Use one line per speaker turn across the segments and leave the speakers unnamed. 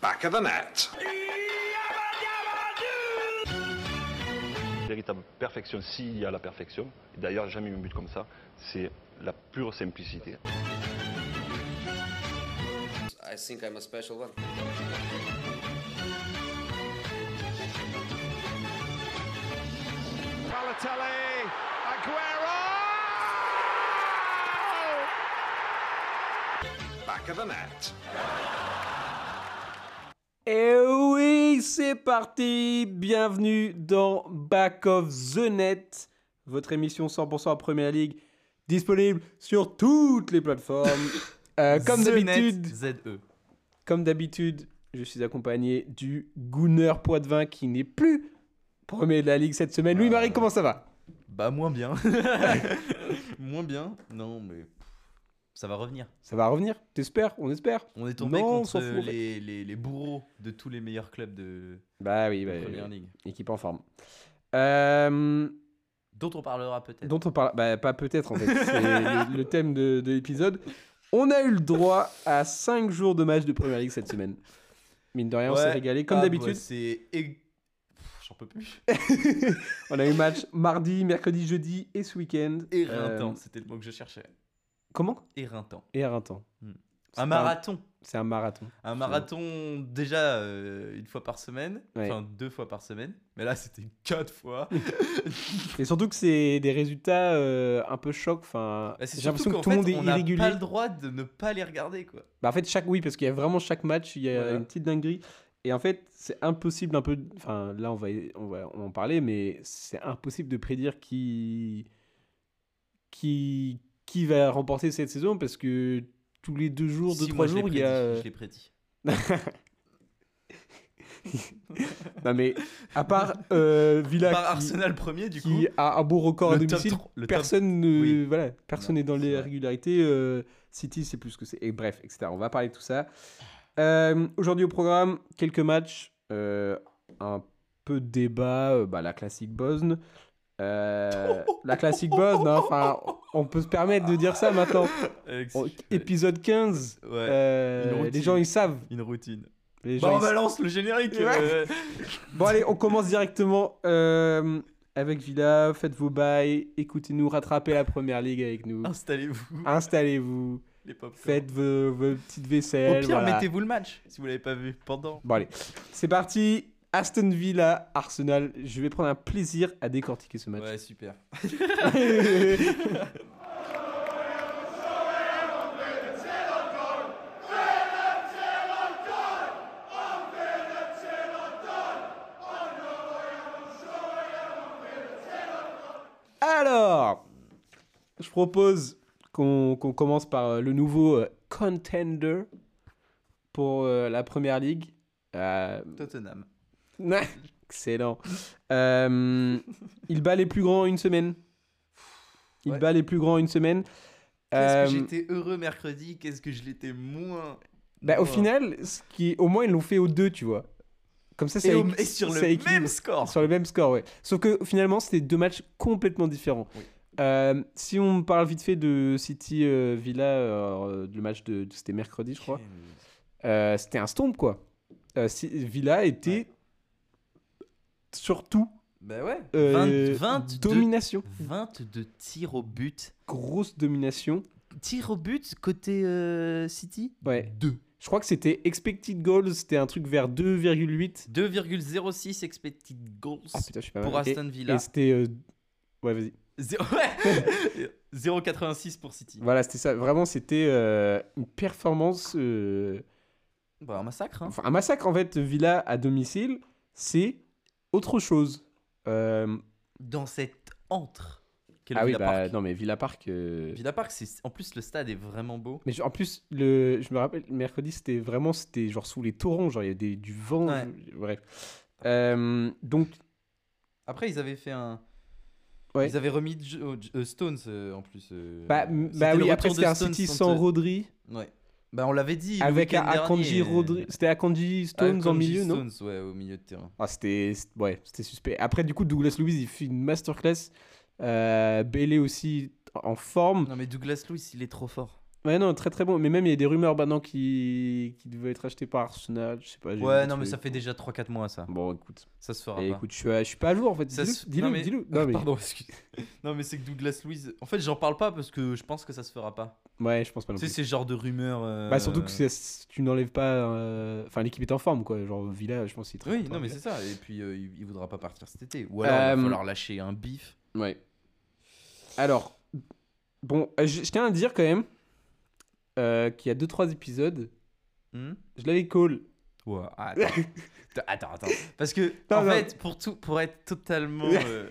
back of the net.
Véritable perfection, s'il y a la perfection, d'ailleurs j'ai jamais eu un but comme ça, c'est la pure simplicité.
I think I'm a special one.
Balotelli, Aguero!
Back of the net.
Et Eh oui, c'est parti Bienvenue dans Back of the Net, votre émission 100% Première League, disponible sur toutes les plateformes. Euh, comme d'habitude,
ZE.
comme d'habitude, je suis accompagné du Gooner Poitvin qui n'est plus premier de la Ligue cette semaine. Louis-Marie, comment ça va
Bah moins bien. moins bien. Non mais pff, ça va revenir.
Ça va revenir T'espères On espère
On est tombé
Non, on
contre
s'en fout, en fait.
les, les, les bourreaux de tous les meilleurs clubs de
Bah oui, bah,
de Première Ligue.
équipe en forme. Euh,
Dont on parlera peut-être.
dont on parle. Bah, pas peut-être en fait, c'est le, le thème de, de l'épisode. On a eu le droit à 5 jours de match de première ligue cette semaine. Mine de rien, on s'est
Ouais.
régalé comme
Ah, bah,
d'habitude. Euh,
c'est. ég- Pff, J'en peux plus.
On a eu match mardi, mercredi, jeudi et ce week-end.
Éreintant,
Euh,
c'était le mot que je cherchais.
comment
Éreintant.
Éreintant.
Hmm.
C'est
Un
pas-
marathon.
C'est un marathon.
Un marathon déjà euh, une fois par semaine.
Ouais.
Enfin deux fois par semaine. Mais là c'était quatre fois.
Et surtout que c'est des résultats euh, un peu chocs. Enfin,
Bah, c'est
j'ai
surtout
l'impression que
qu'en
tout
fait,
le monde est
on n'a
irrégulier.
pas le droit de ne pas les regarder quoi.
Bah, en fait, chaque oui, parce qu'il y a vraiment chaque match, il y a
Voilà.
une petite dinguerie. Et en fait, c'est impossible un peu. Enfin, là, on va, on va en parler, mais c'est impossible de prédire qui, qui, qui va remporter cette saison parce que tous les deux jours, deux
Si,
trois
moi, je l'ai
jours, il y a.
prédit,
euh,
Je l'ai prédit.
Non mais à part euh, Villa
Par
qui,
Arsenal premier, du
qui
coup.
a un beau record à
top
domicile,
tro- le top-
personne ne
oui.
voilà, personne
Non,
n'est dans
c'est
les
vrai.
régularités. euh, City, c'est plus ce que c'est. Et bref, etc. On va parler de tout ça. Euh, Aujourd'hui au programme, quelques matchs, euh, un peu de débat, euh, bah, la classique Bosne. Euh, la classique Bosne, hein, enfin, on peut se permettre de dire ça maintenant.
Alex,
On-
ouais,
épisode 15,
ouais,
Oh, euh,
une routine.
les gens ils savent.
une routine.
Les
Bah,
gens,
on
ils savent.
balance le générique.
Ouais.
euh,
Bon allez, on commence directement euh, avec Villa. Faites vos bails, écoutez-nous, rattrapez la première ligue avec nous.
Installez-vous,
Installez-vous,
les pop
Ah, faites vos, vos petites
Au
vaisselles.
pire,
voilà.
mettez-vous le match si vous l'avez pas vu pendant.
Bon allez, c'est parti. Aston Villa, Arsenal. Je vais prendre un plaisir à décortiquer ce match.
Ouais, super.
Alors, je propose qu'on qu'on commence par euh, le nouveau euh, contender pour euh, la première ligue. Euh,
Tottenham.
Excellent. Euh, il bat les plus grands une semaine. Il
Ouais.
bat les plus grands une semaine.
Qu'est-ce
Euh,
que j'étais heureux mercredi, qu'est-ce que je l'étais moins.
bah, au
moins.
final, ce qui, au moins ils l'ont fait aux deux, tu vois. Comme ça, c'est
et, au-
équi-
et sur le
c'est équilibré.
même score.
Sur le même score, ouais. Sauf que finalement, c'était deux matchs complètement différents.
Oui.
Euh, si on parle vite fait de City euh, Villa, euh, le match de, de- c'était mercredi, je crois. Euh, c'était un stomp quoi. Euh, si- Villa était
Ouais.
surtout
Bah ouais.
euh,
20, 22,
domination,
22 tirs au but.
grosse domination.
Tirs au but côté euh, City
Ouais.
2.
Je crois que c'était expected goals, c'était un truc vers 2,8.
2,06 expected goals
Ah putain, je suis pas
pour
mal. Et-
Aston Villa.
Et c'était euh, ouais, vas-y.
Zéro- ouais. 0,86 pour City.
Voilà, c'était ça. Vraiment, c'était euh, une performance euh,
Bah, un massacre. Hein.
Enfin, un massacre en fait, Villa à domicile, c'est autre chose. Euh,
Dans cette entre. qu'est le
ah oui,
Villa
bah
Park.
non, mais Villa Park. euh,
Villa Park, c'est... en plus, le stade est vraiment beau.
Mais je- en plus, le, je me rappelle, mercredi, c'était vraiment, c'était genre sous les torrents, genre il y a des- du vent,
Ouais.
je- bref. Euh, donc,
Après, ils avaient fait un.
Ouais.
Ils avaient remis Jo- euh, Stones euh, en plus. euh,
bah, m-
c'était
bah
le
oui,
retour
après
de
c'était un
Stones
City
quand,
sans
euh,
Rodri,
Ouais. Bah, on l'avait dit. le
avec
week-end
Akanji
dernier, euh,
Rodri, c'était Akanji Stones en
Akanji
milieu, non
Stones, ouais, au milieu de terrain.
ah, c'était, c'est- ouais, c'était suspect. Après, du coup, Douglas Lewis, il fait une masterclass. Euh, Bailey aussi en forme.
Non, mais Douglas Lewis, il est trop fort.
Ouais, non, très très bon. Mais même, il y a des rumeurs maintenant qui, qui devaient être achetées par Arsenal. Je sais pas. j'ai vu
Ouais,
des
non, mais ça
trucs.
fait déjà 3-4 mois ça.
Bon, écoute.
Ça se fera.
Et
pas.
écoute, je suis, à- je suis pas à jour en fait.
Ça
Dis-le,
se-
dis-le,
non, mais-
dis-le. Non, mais-
Pardon, excuse. non, mais c'est que Douglas Louise. En fait, j'en parle pas parce que je pense que ça se fera pas.
Ouais, je pense pas non
Tu sais,
plus.
c'est genre de rumeurs. euh,
Bah, surtout que
c'est
c'est- si tu n'enlèves pas. euh, Enfin, l'équipe est en forme quoi. Genre, Villa, je pense qu'il est très
Oui,
content,
non, mais
Villa.
c'est ça. Et puis, euh, il, il voudra pas partir cet été. Ou alors, il
Euh,
va falloir lâcher un bif.
Ouais. Alors, bon, euh, je, je tiens à dire quand même euh, qu'il y a 2-3 épisodes.
Hmm
Je l'avais call.
Ouais, attends. Attends, attends, attends. Parce que,
Non,
en
non.
fait, pour, tout, pour être totalement euh,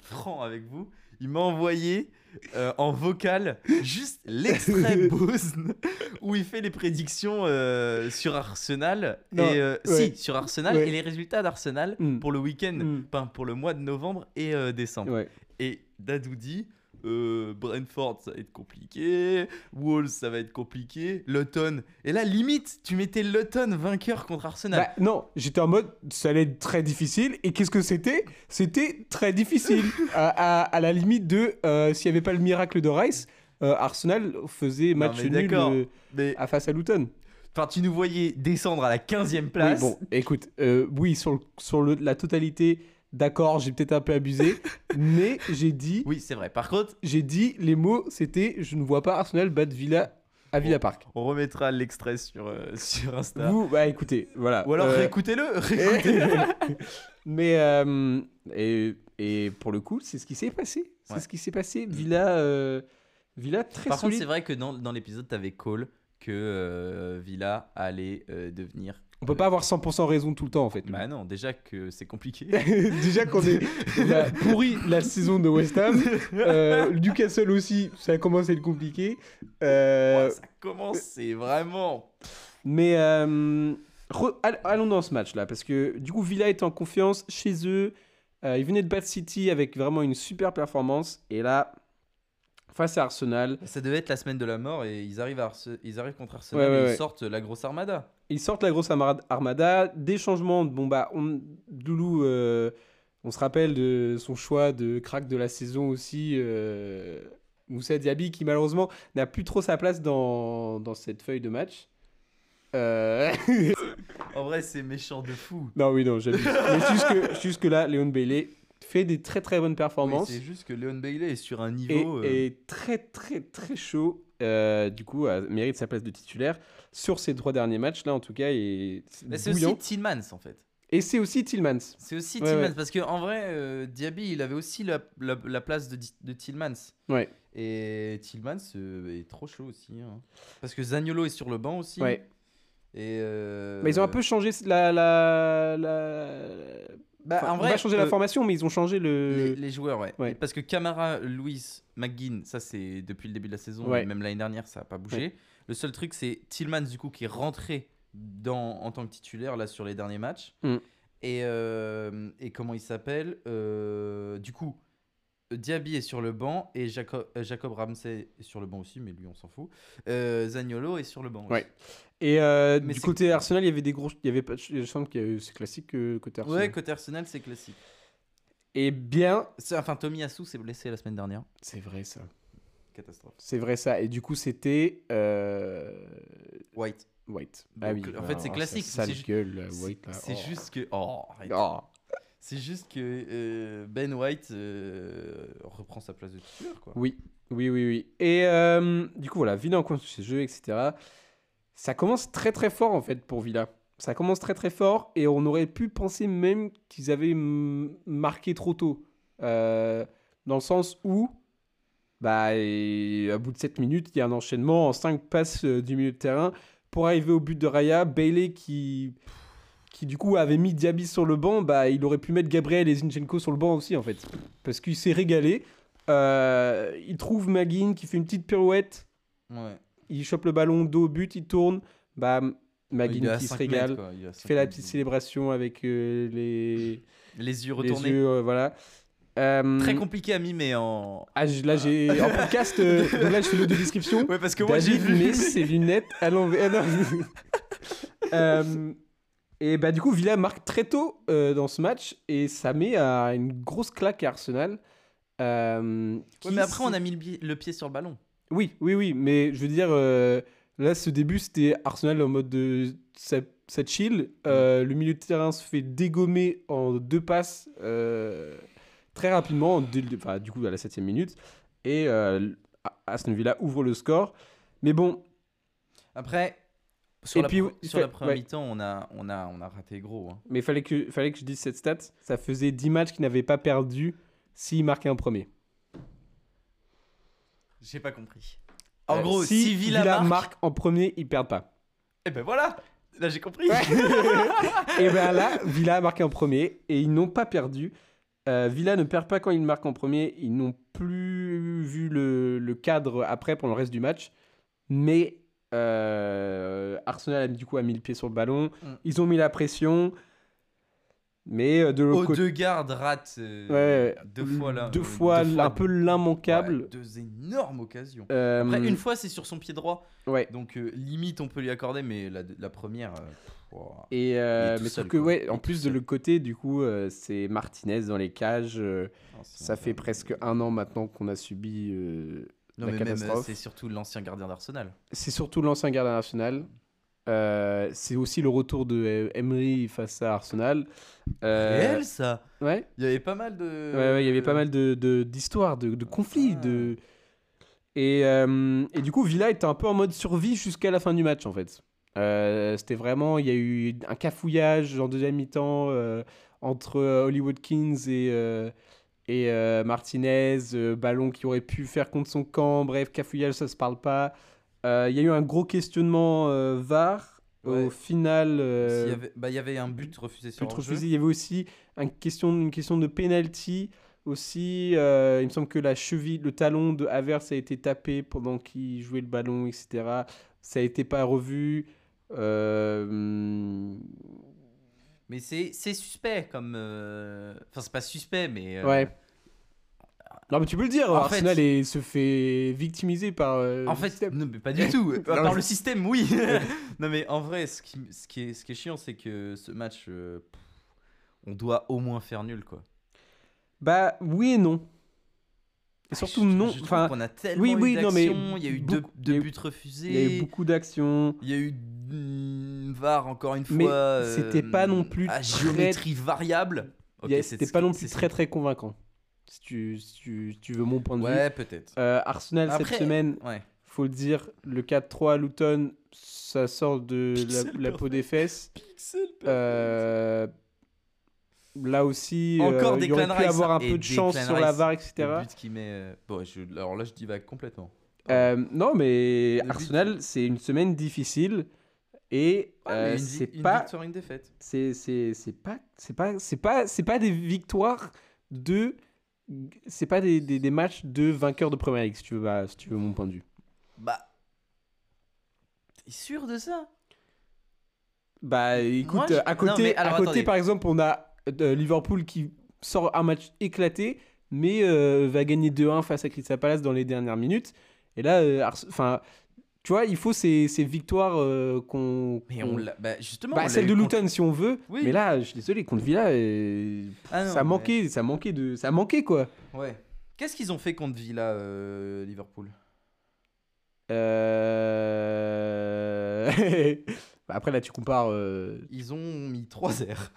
franc avec vous, il m'a envoyé euh, en vocal juste l'extrait Bosn où il fait les prédictions euh, sur Arsenal.
Non,
et, euh,
ouais.
Si, sur Arsenal
Ouais.
et les résultats d'Arsenal
Mm.
pour le week-end,
Mm.
enfin, pour le mois de novembre et euh, décembre.
Ouais.
Et Dadou dit euh, Brentford, ça va être compliqué. Wolves, ça va être compliqué. Luton. Et là, limite, tu mettais Luton vainqueur contre Arsenal.
Bah, non, j'étais en mode ça allait être très difficile. Et qu'est-ce que c'était C'était très difficile. à, à- à la limite de euh, s'il n'y avait pas le miracle de Rice, euh, Arsenal faisait match
mais
nul
d'accord.
euh,
Mais
à face à Luton.
enfin, tu nous voyais descendre à la 15e
Oui,
place.
bon, écoute, euh, oui, sur, le- sur le- la totalité, d'accord, j'ai peut-être un peu abusé. mais j'ai dit,
Oui, c'est vrai. Par contre,
j'ai dit les mots c'était je ne vois pas Arsenal battre Villa à Villa Park.
on remettra l'extrait sur, euh, sur Insta.
Vous, bah écoutez, voilà.
Ou alors
Euh,
réécoutez-le. réécoutez-le.
Mais euh, et, et pour le coup, c'est ce qui s'est passé. C'est
Ouais. Mm.
ce qui s'est passé. Villa, euh, Villa très
Par contre,
solide.
c'est vrai que dans, dans l'épisode, t'avais call que euh, Villa allait euh, devenir.
On peut pas avoir 100% raison tout le temps en fait.
Bah non, déjà que c'est compliqué.
Déjà qu'on est on a pourri la saison de West Ham. Euh, Newcastle aussi, ça a commencé à être compliqué. Euh,
Ouais, ça commence, c'est vraiment
Mais euh, re- all- allons dans ce match-là, parce que du coup, Villa était en confiance chez eux. Euh, ils venaient de battre City avec vraiment une super performance. Et là, face à Arsenal,
Ça devait être la semaine de la mort et ils arrivent, à Arse- ils arrivent contre Arsenal
Ouais, ouais,
et ils
ouais.
sortent la grosse armada.
ils sortent la grosse amara- armada. Des changements. Bon, bah, on, Doulou, euh, on se rappelle de son choix de crack de la saison aussi. euh, Moussa Diaby, qui malheureusement n'a plus trop sa place dans, dans cette feuille de match. Euh...
En vrai, c'est méchant de fou.
Non, oui, non, j'abuse. Mais jusque, jusque là, Léon Bailey fait des très très bonnes
Oui,
performances
c'est juste que Leon Bailey est sur un
et,
niveau. euh,
et très très très chaud. Euh, du coup, euh, mérite sa place de titulaire sur ces trois derniers matchs là en tout cas et c'est
mais c'est
bouillant.
aussi Tillmans en fait.
Et c'est aussi Tillmans.
C'est aussi
Ouais,
Tillmans
ouais.
parce que en vrai, euh, Diaby il avait aussi la, la- la place de, Di- de Tillmans.
Ouais.
Et Tillmans euh, est trop chaud aussi. hein. Parce que Zagnolo est sur le banc aussi.
Ouais.
Et euh,
Mais ils ont un peu changé la la, la...
Bah,
enfin,
en vrai,
on va changer la
euh,
formation, mais ils ont changé le.
les, les joueurs, ouais.
Euh, ouais.
Et Parce que Camara, Louis, McGinn, ça c'est depuis le début de la saison,
Ouais.
même l'année dernière, ça n'a pas bougé. Le seul truc, c'est Tillman, du coup, qui est rentré dans, en tant que titulaire là sur les derniers matchs.
Mm.
Et, euh, et comment il s'appelle Euh, Du coup, Diaby est sur le banc et Jaco- euh, Jacob, Ramsey est sur le banc aussi, mais lui, on s'en fout. Euh, Zaniolo est sur le banc. aussi.
Ouais. Et euh,
Mais
du
c'est-
côté Arsenal, il y avait des gros, il y avait pas, je sens que c'est classique euh, côté
Ouais,
Arsenal.
côté Arsenal, c'est classique.
Et bien,
C'est- Enfin, Tommy Assou s'est blessé la semaine dernière.
c'est vrai ça.
Catastrophe.
C'est vrai ça. Et du coup, c'était euh,
White.
White. Ah
Donc, en fait, c'est
oh, sa
classique,
Sale
c'est ju-
gueule, euh,
C'est
White. là.
c'est
Oh.
juste que. Oh, arrête.
Oh.
C'est juste que euh, Ben White euh, reprend sa place de titulaire, quoi.
Oui, oui, oui, oui. Et euh, du coup, voilà, Villa en compte chez jeux, etc. Ça commence très très fort en fait pour Villa. Ça commence très très fort et on aurait pu penser même qu'ils avaient mm, marqué trop tôt. Euh, dans le sens où, bah, et à bout de 7 minutes, il y a un enchaînement en 5 passes euh, du milieu de terrain pour arriver au but de Raya. Bailey qui, qui du coup avait mis Diaby sur le banc, bah, il aurait pu mettre Gabriel et Zinchenko sur le banc aussi en fait. Parce qu'il s'est régalé. Euh, il trouve Maguin qui fait une petite pirouette.
Ouais.
Il chope le ballon dos au but, il tourne. Bah,
Il est
Maguin
à
qui se
5
régale.
mètres, quoi. Il est à
qui
5
fait la
mètres.
petite célébration avec euh, les...
Les yeux
les
retournés.
yeux. euh, voilà. Euh,
Très compliqué à mimer en.
ah, je- là, j'ai en podcast. euh, donc là, je fais le de description.
Ouais, parce que moi j'ai
David
vu.
met ses lunettes à l'envers. Ah, non. Euh, et bah du coup, Villa marque très tôt euh, dans ce match et ça met à une grosse claque à Arsenal. euh,
Ouais,
qui
mais après,
s-
on a mis le, bi- le pied sur le ballon.
Oui, oui, oui, mais je veux dire, euh, là, ce début, c'était Arsenal en mode de, ça, ça chill. Euh, le milieu de terrain se fait dégommer en deux passes euh, très rapidement, dès le- enfin, du coup, à la septième minute. Et euh, A- Aston Villa ouvre le score. Mais bon,
Après, sur,
Et
la,
puis,
pre-
il
sur la
fait-
première
ouais.
mi-temps, on a, on, a, on a raté gros. hein.
mais fallait que, fallait que je dise cette stat. Ça faisait 10 matchs qu'ils n'avaient pas perdu s'ils marquaient un premier.
J'ai pas compris. En gros,
Euh, si,
Villa, marque,
en premier, ils perdent pas.
Eh ben voilà Là, j'ai compris
Et bien Eh ben, là, Villa a marqué en premier et ils n'ont pas perdu. Euh, Villa ne perd pas quand il marque en premier. Ils n'ont plus vu le, le cadre après pour le reste du match. Mais euh, Arsenal a mis- du coup a mis le pied sur le ballon.
Mm.
Ils ont mis la pression. Mais euh, de
Aux
l'autre côté,
deux gardes rate euh,
Ouais, ouais.
Oh, deux fois là.
deux
euh,
fois un peu l'immanquable.
ouais, deux énormes occasions.
euh,
Après, une fois, c'est sur son pied droit.
ouais.
Donc, euh, limite, on peut lui accorder, mais la, la première. euh, pff, wow.
Et euh,
Il est tout
mais
seul,
sauf que
quoi. Il
ouais,
est
en
tout
plus de
seul.
l'autre côté, du coup, euh, c'est Martinez dans les cages. euh,
Non, c'est-
ça fait presque un an maintenant qu'on a subi euh,
Non,
la
mais même, euh,
catastrophe.
c'est surtout l'ancien gardien d'Arsenal.
c'est surtout l'ancien gardien national. Euh, c'est aussi le retour de euh, Emery face à Arsenal. Euh,
Réel, ça
ouais,
Il y avait pas mal de.
ouais, ouais, il y avait pas mal de- de- d'histoires, de, de, conflits.
Ah.
De... Et, euh, et du coup, Villa était un peu en mode survie jusqu'à la fin du match, en fait. Euh, C'était vraiment, il y a eu un cafouillage en deuxième mi-temps euh, entre euh, Holly Watkins et, euh, et euh, Martinez, euh, ballon qui aurait pu faire contre son camp, bref, cafouillage, ça se parle pas. Euh, Il y a eu un gros questionnement euh, VAR.
Ouais.
Au final, euh,
S'il y avait- bah, il y avait un but refusé
plus
sur le
trop fusé. Il y avait aussi un question, une question de penalty. Aussi, euh, il me semble que la cheville, le talon de Havertz a été tapé pendant qu'il jouait le ballon, etc. Ça a été pas revu. Euh, hum,
Mais c'est c'est suspect comme. euh, Enfin, c'est pas suspect, mais. euh,
Ouais. Non, mais tu peux le dire.
en
Arsenal
fait-
est- se fait victimiser par. euh,
En
le
fait,
système.
non, mais pas du tout. Euh,
Non,
Par
mais-
le système, oui. non, mais en vrai, ce qui, ce qui, est, ce qui est chiant, c'est que ce match, euh, pff, on doit au moins faire nul, quoi.
Bah oui et non. Et surtout
Ah, Je-
non.
Je trouve
Enfin,
qu'on a tellement
oui,
eu
oui, non, mais
d'actions, Il y a eu deux,
beaucoup-
deux
il y a eu-
buts
il y a eu
refusés.
beaucoup d'actions.
Il y a eu mm, VAR encore une fois. euh,
Mais c'était pas non plus
à
très-
géométrie variable. Ok,
Il y a-
c'est-
C'était
c'est-
pas non
c'est-
plus très très convaincant. Si tu, si tu, si tu veux mon point de vue.
Ouais, peut-être.
Euh, Arsenal
Après-
cette semaine,
Ouais.
faut le dire, le 4-3 à Luton, ça sort de la, la peau des fesses. Euh, là aussi,
Encore
euh, il aurait
Declan
pu
Rice, hein.
avoir un
et
peu de chance
Declan
sur la
Rice,
VAR,
Le
etc.
but qui met. euh, Bon, je- alors là, je divague complètement.
Euh, non, mais
but.
Arsenal, c'est une semaine difficile et
Ouais,
euh,
mais une,
c'est
vi- une
pas,
victoire, une défaite.
c'est c'est c'est pas, c'est pas, c'est pas, c'est pas des victoires de, c'est pas des, des, des matchs de vainqueurs de Premier League, si tu veux, bah, si tu veux mon point de vue.
Bah. T'es sûr de ça
Bah écoute,
Moi, je-
euh, à
non,
côté,
mais alors,
à côté
attendez.
par exemple, on a euh, Liverpool qui sort un match éclaté, mais euh, va gagner 2-1 face à Crystal Palace dans les dernières minutes. Et là, euh, Ars- enfin, tu vois, il faut ces, ces victoires euh, qu'on.
Mais
qu'on-
on l'a. Bah, justement. on
Bah,
l'a
celle
eu
de
contre-
Luton si on veut,
Oui.
mais là, je suis désolé, contre Villa, euh, pff,
Ah non,
ça
mais-
manquait, ça manquait de, ça manquait quoi.
Ouais. Qu'est-ce qu'ils ont fait contre Villa, euh, Liverpool
Euh... bah, après là, tu compares, euh,
Ils ont mis 3 airs.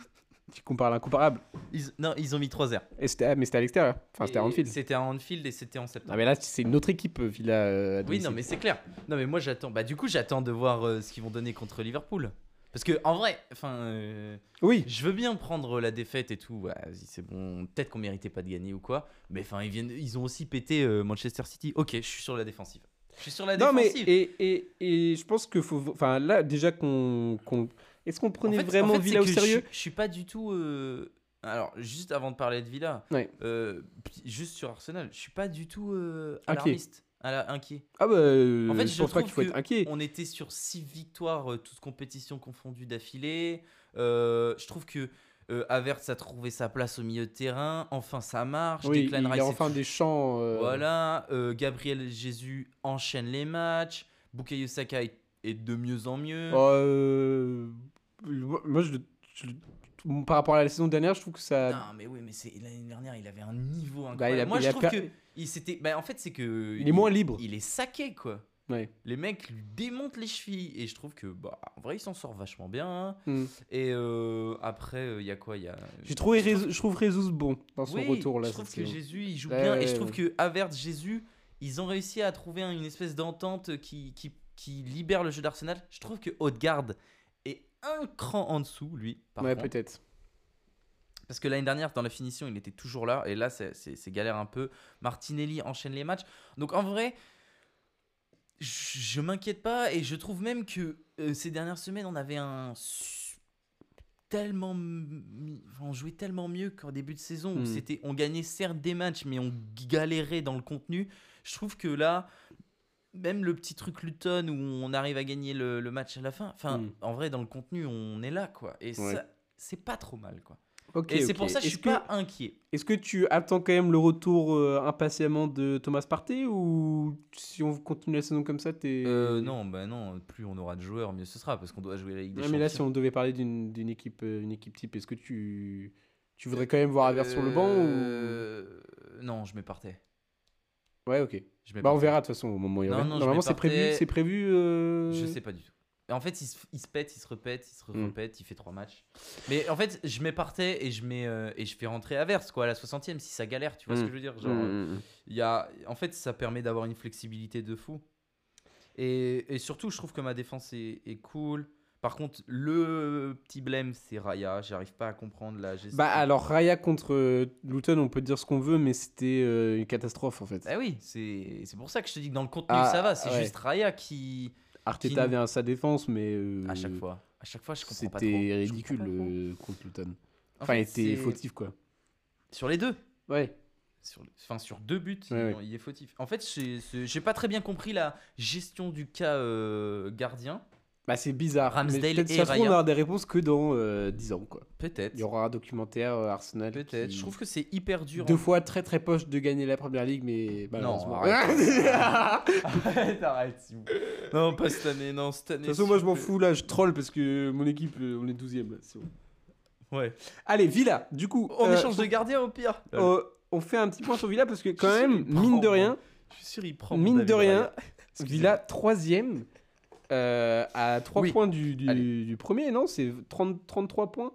tu compares l'incomparable.
Ils... Non, ils ont mis 3 airs.
Et c'était, ah, mais c'était à l'extérieur, enfin c'était à
Et
Anfield.
C'était à Anfield et c'était en septembre.
Non mais là c'est une autre équipe euh, Villa. euh, à
Oui,
domicile.
non, mais c'est clair. Non, mais moi, j'attends. Bah, du coup, j'attends de voir euh, ce qu'ils vont donner contre Liverpool. Parce que, en vrai, enfin. euh,
Oui.
Je veux bien prendre la défaite et tout, ouais, vas-y, c'est bon, peut-être qu'on méritait pas de gagner ou quoi, mais enfin ils viennent ils ont aussi pété euh, Manchester City. OK, je suis sur la défensive. Je suis sur la
Non mais
défensive.
et, et, et je pense que faut enfin là déjà qu'on qu'on- est-ce qu'on
En
prenait
fait-
vraiment
en fait,
Villa au
c'est que
sérieux
je, je suis pas du tout euh, alors juste avant de parler de Villa,
Ouais.
euh, p- juste sur Arsenal, je suis pas du tout euh, alarmiste, à la- inquiet.
Ah bah euh,
fait,
je
je
pense pas qu'il
trouve
faut
que
être inquiet.
On était sur 6 victoires, euh, toutes compétitions confondues d'affilée. Euh, je trouve que euh, Havertz a trouvé sa place au milieu de terrain. Enfin, ça marche.
Oui,
Declan
il y
Rice
a
est
enfin
toujours-
des champs euh,
Voilà. euh, Gabriel Jesus enchaîne les matchs. Bukayo
Oh,
Saka est, est de mieux en mieux.
euh, moi je, je- bon, par rapport à la saison dernière, je trouve que ça.
Non, mais oui, mais c'est l'année dernière, il avait un niveau incroyable.
Ah. Bah, il a-
Moi,
il
je
a
trouve
per-
que il s'était. Bah, en fait, c'est que
il est moins libre.
Il est saqué, quoi.
Ouais.
Les mecs lui démontent les chevilles et je trouve que bah en vrai il s'en sort vachement bien. hein.
Mm.
Et euh, après il y a quoi il y a
J'ai trouvé Résus- je trouve Résus bon dans son
Oui,
retour là.
Je trouve
cette
que
saison.
Jésus il joue
Ouais,
bien et
ouais,
je trouve
ouais.
que Avert Jésus ils ont réussi à trouver un- une espèce d'entente qui, qui qui libère le jeu d'Arsenal. Je trouve que Odegaard est un cran en dessous lui. Par
Ouais,
contre.
peut-être.
Parce que l'année dernière, dans la finition, il était toujours là. Et là, c'est- c'est c'est galère un peu. Martinelli enchaîne les matchs. Donc en vrai, je je m'inquiète pas. Et je trouve même que euh, ces dernières semaines, on avait un. su- Tellement. mi- enfin, on jouait tellement mieux qu'en début de saison. Où
Hmm.
c'était on gagnait certes des matchs, mais on galérait dans le contenu. Je trouve que là. Même le petit truc Luton où on arrive à gagner le, le match à la fin. Enfin,
Hmm.
en vrai, dans le contenu, on est là, quoi. Et
Ouais.
ça, c'est pas trop mal, quoi.
Ok,
Et c'est
ok.
pour ça que je
Est-ce
suis pas inquiet.
Est-ce que tu attends quand même le retour euh, impatiemment de Thomas Partey ou si on continue la saison comme ça, t'es.
Euh, non, bah non, plus on aura de joueurs, mieux ce sera, parce qu'on doit jouer la Ligue des
Ouais, Ah, mais là, si
Champions.
on devait parler d'une d'une équipe, euh, une équipe type, est-ce que tu, tu voudrais quand même voir Avers sur le banc ou...
Euh, Non, je mets partais.
Ouais, ok.
Je mets
Bah, on
Partey.
verra de toute façon au moment où il
Non,
revient.
non, je
Normalement,
mets
c'est prévu.
Partey.
C'est prévu. euh,
Je sais pas du tout. En fait, il se, il se pète, il se répète, il se
Hmm.
repète, il fait trois matchs. Mais en fait, je mets partais et je mets euh, et je fais rentrer Averse quoi à la 60e si ça galère, tu vois ce
Hmm.
que je veux dire Genre, euh,
Mm, mm, mm.
Il y a, en fait, ça permet d'avoir une flexibilité de fou. Et, et surtout, je trouve que ma défense est, est cool. Par contre, le petit blême, c'est Raya. J'arrive pas à comprendre la gestion.
Bah alors Raya contre euh, Luton, on peut dire ce qu'on veut, mais c'était euh, une catastrophe en fait.
Ah oui, c'est c'est pour ça que je te dis que dans le contenu,
Ah,
ça va. C'est
ouais.
juste Raya qui.
Arteta
qui-
avait un- sa défense, mais euh,
À chaque fois. À chaque fois, je comprends pas trop.
c'était
Je
ridicule
comprends pas trop.
euh, contre Luton.
En
Enfin,
fait,
il était
c'est-
fautif quoi.
Sur les deux.
Ouais.
Sur, le- enfin, sur deux buts,
Ouais,
il-
ouais.
il, est fautif. En fait, c'est- c'est- j'ai pas très bien compris la gestion du cas euh, gardien.
Bah c'est bizarre. mais
Ramsdale
peut-être,
et
ça se trouve, on
Raya.
aura des réponses que dans euh, 10 ans quoi.
Peut-être.
Il y aura un documentaire euh, Arsenal.
Peut-être.
qui-
Je trouve que c'est hyper dur. hein. en
deux fois très très poche de gagner la première ligue, mais malheureusement.
arrête.
De
Arrête, arrête, s'il vous plaît. Non, pas cette année, non, cette année.
toute façon, moi je
s'il
m'en
vous
fous là, je troll parce que mon équipe, euh, on est 12 e là. c'est bon.
plaît. Ouais. Oh,
Allez, Villa, du coup.
On
euh,
échange de gardien au pire.
euh, on fait un petit point sur Villa parce que quand
Je sais,
même,
il prend,
mine de
moi.
rien,
Je suis sûr, il prend. mon
Mine
David
de rien,
Raya. Excusez-moi.
Villa troisième euh, à 3
Oui.
points du, du-
Allez.
du premier, non C'est 30 33 points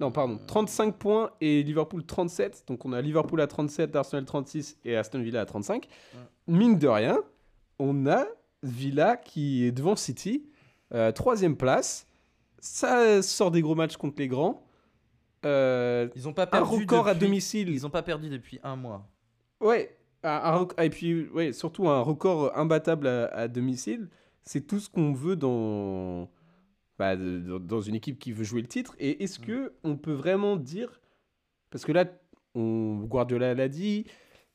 Non, pardon, 35 points et Liverpool 37. Donc on a Liverpool à 37, Arsenal 36 et Aston Villa à 35. Mine de rien, on a Villa qui est devant City, euh, troisième place. Ça sort des gros matchs contre les grands. Euh,
Ils ont pas
un
perdu.
record à
depuis-
domicile.
Ils ont pas perdu depuis un mois.
Ouais, un- un rec- ah, et puis ouais, surtout un record imbattable à, à domicile, c'est tout ce qu'on veut dans, bah, de- dans dans une équipe qui veut jouer le titre. Et est-ce que on peut vraiment dire, parce que là, on, Guardiola l'a dit,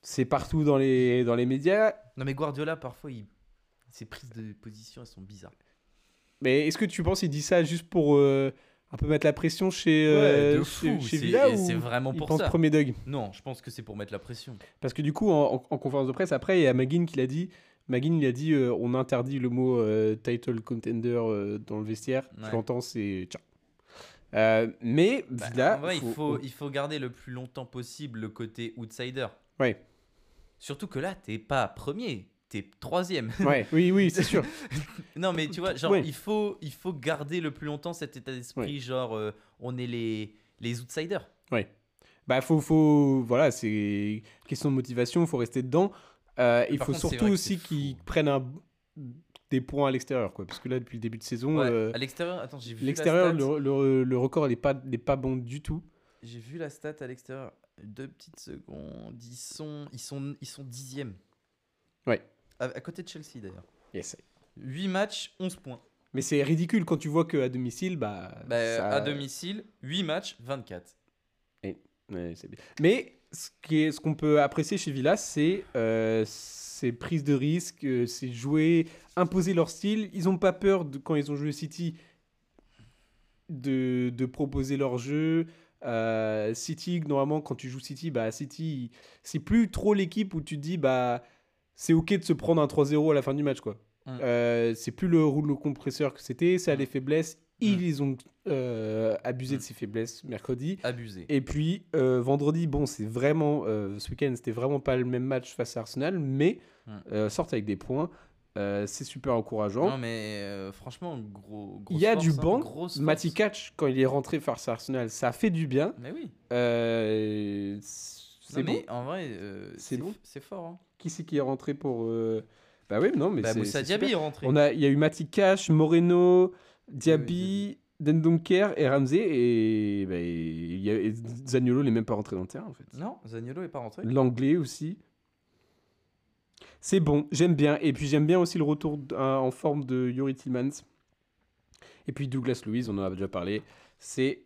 c'est partout dans les, dans les médias,
Non, mais Guardiola, parfois, il... ses prises de position, elles sont bizarres.
mais est-ce que tu penses qu'il dit ça juste pour euh, un peu mettre la pression chez, euh, chez, chez Villa
c'est-
ou
C'est vraiment
il
pour
pense
ça.
premier Doug
Non, je pense que c'est pour mettre la pression.
Parce que du coup, en, en- en conférence de presse, après, il y a Magin qui l'a dit. Magin, il a dit euh, on interdit le mot euh, title contender euh, dans le vestiaire.
Ouais.
Je l'entends, c'est ciao. Euh, mais
Bah,
Villa.
en vrai, il, faut, il faut garder le plus longtemps possible le côté outsider.
Ouais.
Surtout que là, t'es pas premier, t'es troisième.
Ouais, oui, oui, c'est sûr.
Non, mais tu vois, genre,
Ouais.
il, faut, il faut garder le plus longtemps cet état d'esprit, genre, euh, on est les, les outsiders.
Bah, faut, faut. Voilà, c'est question de motivation, faut rester dedans. Euh, il
par
faut
contre, c'est
surtout
vrai que
aussi
c'est
qu'ils
fou.
prennent un- des points à l'extérieur, quoi. Parce que là, depuis le début de saison,
Ouais,
euh,
à l'extérieur, attends, j'ai vu, la
l'extérieur, le,
stat-
le- le record n'est pas, n'est pas bon du tout.
j'ai vu la stat à l'extérieur. Deux petites secondes. Ils sont, ils sont, ils sont dixièmes.
Ouais.
À, à côté de Chelsea, d'ailleurs.
Yes.
8 matchs, 11 points.
Mais c'est ridicule quand tu vois qu'à domicile, bah.
Bah,
ça-
À domicile, 8 matchs, 24.
Ouais, c'est bien. Mais ce qui est- ce qu'on peut apprécier chez Villa, c'est euh, ses prises de risque, euh, c'est jouer, imposer leur style. Ils n'ont pas peur, de, quand ils ont joué City, de, de proposer leur jeu. Euh, City, normalement, quand tu joues City, bah, City, c'est plus trop l'équipe où tu te dis, bah, c'est OK de se prendre un 3-0 à la fin du match. quoi.
Mm.
Euh, c'est plus le rouleau compresseur que c'était, c'est à les faiblesses. Ils ont euh, abusé de ses faiblesses mercredi.
Abusé.
Et puis euh, vendredi, bon, c'est vraiment euh, ce week-end, c'était vraiment pas le même match face à Arsenal, mais
Mm.
euh, sortent avec des points, Euh, c'est super encourageant.
Non, mais euh, franchement, gros. grosse
Il y a
force,
du
hein,
banc,
grosse force.
Matty Catch, quand il est rentré face à Arsenal, ça a fait du bien.
Mais oui.
Euh, c'est
Non,
bon.
mais en vrai, euh,
C'est
c'est
bon.
c'est fort. Hein.
Qui c'est qui est rentré pour euh, Bah oui, non, mais
Bah,
c'est.
Moussa
c'est
Diaby
super.
est rentré.
On a, il y a eu Matty Cash, Moreno, Diaby, Dendonker et Ramsey et, bah, il y a- et Zaniolo n'est même pas rentré dans le terrain en fait.
Non, Zaniolo est pas rentré.
L'anglais aussi. C'est bon, j'aime bien. Et puis j'aime bien aussi le retour d- euh, en forme de Yuri Tillmans. Et puis Douglas Louise, on en a déjà parlé. C'est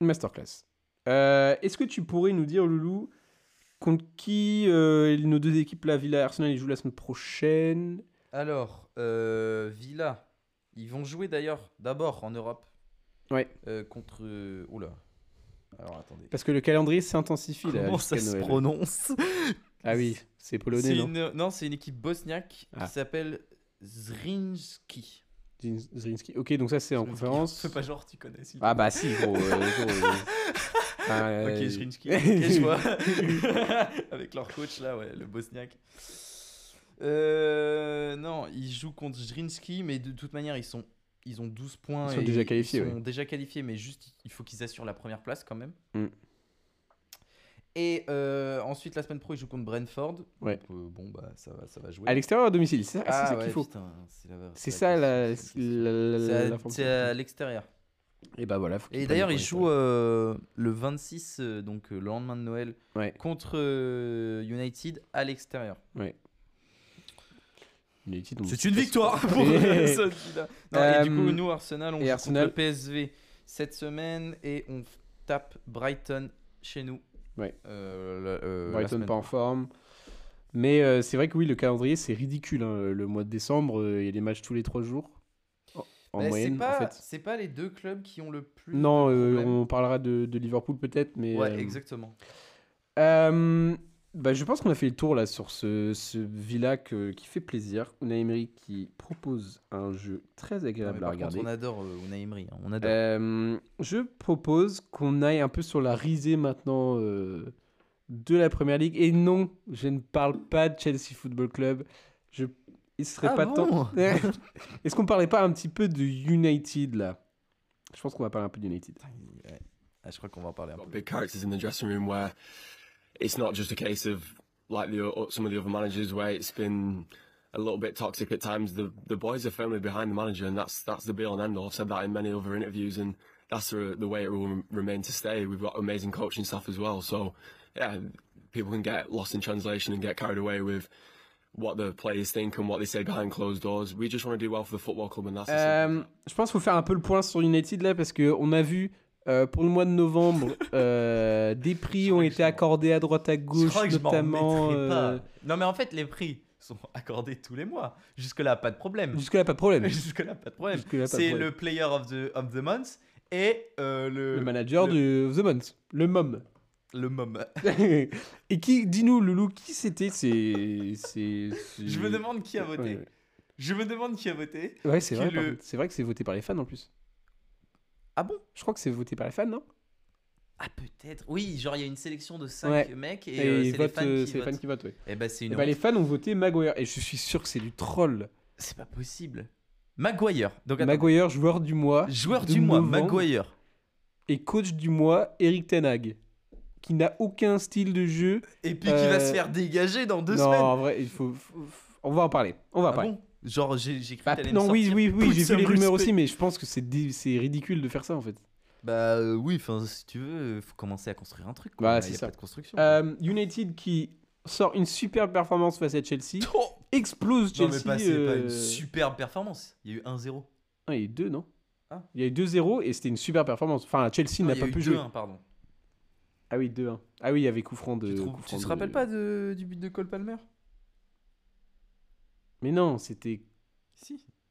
une masterclass. Euh, Est-ce que tu pourrais nous dire, Loulou, contre qui euh, nos deux équipes, la Villa et Arsenal, ils jouent la semaine prochaine
Alors, euh, Villa, ils vont jouer d'ailleurs d'abord en Europe.
Ouais.
Euh, contre. euh, Oula. Alors attendez.
Parce que le calendrier s'intensifie là.
Comment
jusqu'à
ça se
Noël.
prononce
Ah oui, c'est polonais,
C'est
non
une- Non, c'est une équipe bosniaque
Ah.
qui s'appelle Zrinski.
Zin- Zrinski. Ok, donc ça c'est en
Zrinski.
conférence.
C'est pas genre tu connais. si.
Ah bah si, gros. euh, gros, euh, enfin, euh,
Ok, Zrinski. Ok, je vois. Avec leur coach là, ouais, le bosniaque. Euh, non, ils jouent contre Zrinski, mais de toute manière, ils sont. Ils ont 12 points.
Ils sont
et
déjà qualifiés,
Ils sont
ouais.
déjà qualifiés, mais juste, il faut qu'ils assurent la première place quand même.
Mm.
Et euh, ensuite, la semaine pro, ils jouent contre Brentford.
Ouais.
Donc, euh, bon, bah, ça va, ça va jouer.
À l'extérieur ou à domicile, c'est ça, c'est ça
Ah ouais,
qu'il faut.
putain, c'est la-
C'est
la
ça la,
question, c'est la question.
la- la-
C'est à-
la formation.
C'est à l'extérieur.
Et bah voilà. faut qu'il
Et d'ailleurs,
prenne
ils
le
jouent euh, le 26, euh, donc euh, le lendemain de Noël,
Ouais.
contre euh, United à l'extérieur.
premier. Les titres, on-
euh, C'est une victoire pour
Et-
celui-là. Non, et du
Euh,
coup, nous, Arsenal, on
et
joue
Arsenal-
contre le PSV cette semaine et on f- tape Brighton chez nous.
Ouais.
Euh, la- euh, la
Brighton
semaine
pas en forme. Mais euh, c'est vrai que oui, le calendrier c'est ridicule. hein. Le mois de décembre, euh, il y a des matchs tous les trois jours en- en
Bah,
moyenne.
c'est pas,
en fait.
c'est pas les deux clubs qui ont le plus.
Non,
de
euh,
problèmes.
on parlera de, de Liverpool peut-être, mais.
Ouais,
euh,
exactement.
Euh, bah, je pense qu'on a fait le tour là sur ce, ce Villa que- qui fait plaisir. Unai Emery qui propose un jeu très
Non, mais
agréable à
par contre,
regarder.
on adore euh, Unai Emery, hein, on adore.
Euh, je propose qu'on aille un peu sur la risée maintenant euh, de la Première Ligue. Et non, je ne parle pas de Chelsea Football Club. Je... Il serait
Ah
pas
bon
temps. Est-ce qu'on parlait pas un petit peu de United là Je pense qu'on va parler un peu d'United.
Ouais. Ah, je crois qu'on va en parler un peu.
got big characters in the dressing room where it's not just a case of like the o- some of the other managers where it's been a little bit toxic at times. The the boys are firmly behind the manager, and that's that's the be all and end all. I've said that in many other interviews, and that's the the way it will remain to stay. We've got amazing coaching staff as well, so yeah, people can get lost in translation and get carried away with. What the players think and what they say behind closed doors. We just want to do well for the football club, and that's the simple
Euh, je pense qu'il faut faire un peu le point sur United là parce que on a vu euh, pour le mois de novembre euh, des prix ont été accordés à droite à
Je
gauche
crois que je m'en
notamment.
remettrai pas.
euh,
Non, mais en fait, les prix sont accordés tous les mois. Jusque-là, pas de problème.
Jusque-là, pas de problème.
Jusque-là, pas de problème.
Jusque-là, pas de
C'est
problème.
le player of the, of the month et euh, le,
Le manager
le-
du of the month, le mom.
le mom.
Et qui, dis-nous, Loulou, qui c'était C'est. c'est- c'est-
Je me demande qui a voté.
Ouais, ouais.
Je me demande qui a voté.
Ouais, c'est
Qui
vrai, par
le-
contre. c'est vrai que c'est voté par les fans en plus.
Ah bon
Je crois que c'est voté par les fans, non
Ah, peut-être. Oui, genre, il y a une sélection de 5
Ouais.
mecs et,
Et
euh,
ils
c'est les
votent,
fans
euh,
qui
c'est les
votent.
fans qui votent, ouais.
Eh ben, c'est
Et
une.
bah, les
honte.
fans ont voté Maguire. Et je suis sûr que c'est du troll.
C'est pas possible. Maguire. Donc, attends.
Maguire, joueur du mois.
Joueur
de
du mois,
novembre.
Maguire.
Et coach du mois, Eric Tenag. Qui n'a aucun style de jeu.
Et puis qui va
Euh,
se faire dégager dans deux
non,
semaines.
en vrai, il faut. faut- faut- On va en parler. On va en
Ah
parler.
bon Genre, j'ai j'ai cru
Bah,
que t'allais me
non, oui,
sortir
oui, oui,
tout
j'ai
ce
vu les rumeurs
respect.
aussi, mais je pense que c'est dé- c'est ridicule de faire ça en fait.
Bah euh, oui, enfin si tu veux, euh, faut commencer à construire un truc.
Bah,
Quoi. Là,
c'est
y a
ça.
Pas de construction. quoi.
Euh, United qui sort une super performance face à Chelsea,
Oh
explose Chelsea.
non mais pas, c'est pas
euh,
une superbe performance. Il y a eu 1-0.
ah, Il y a eu 2, non
Ah.
Il y a eu 2-0 et c'était une super performance. Enfin, Chelsea
Non,
n'a
il y a
pas
eu
pu jouer.
2-1, pardon.
Ah oui, 2-1. Ah oui, il y avait coup franc de.
tu, trouves-
coup
tu
franc
te
de-
rappelles pas de- du but de Cole Palmer
Mais non, c'était.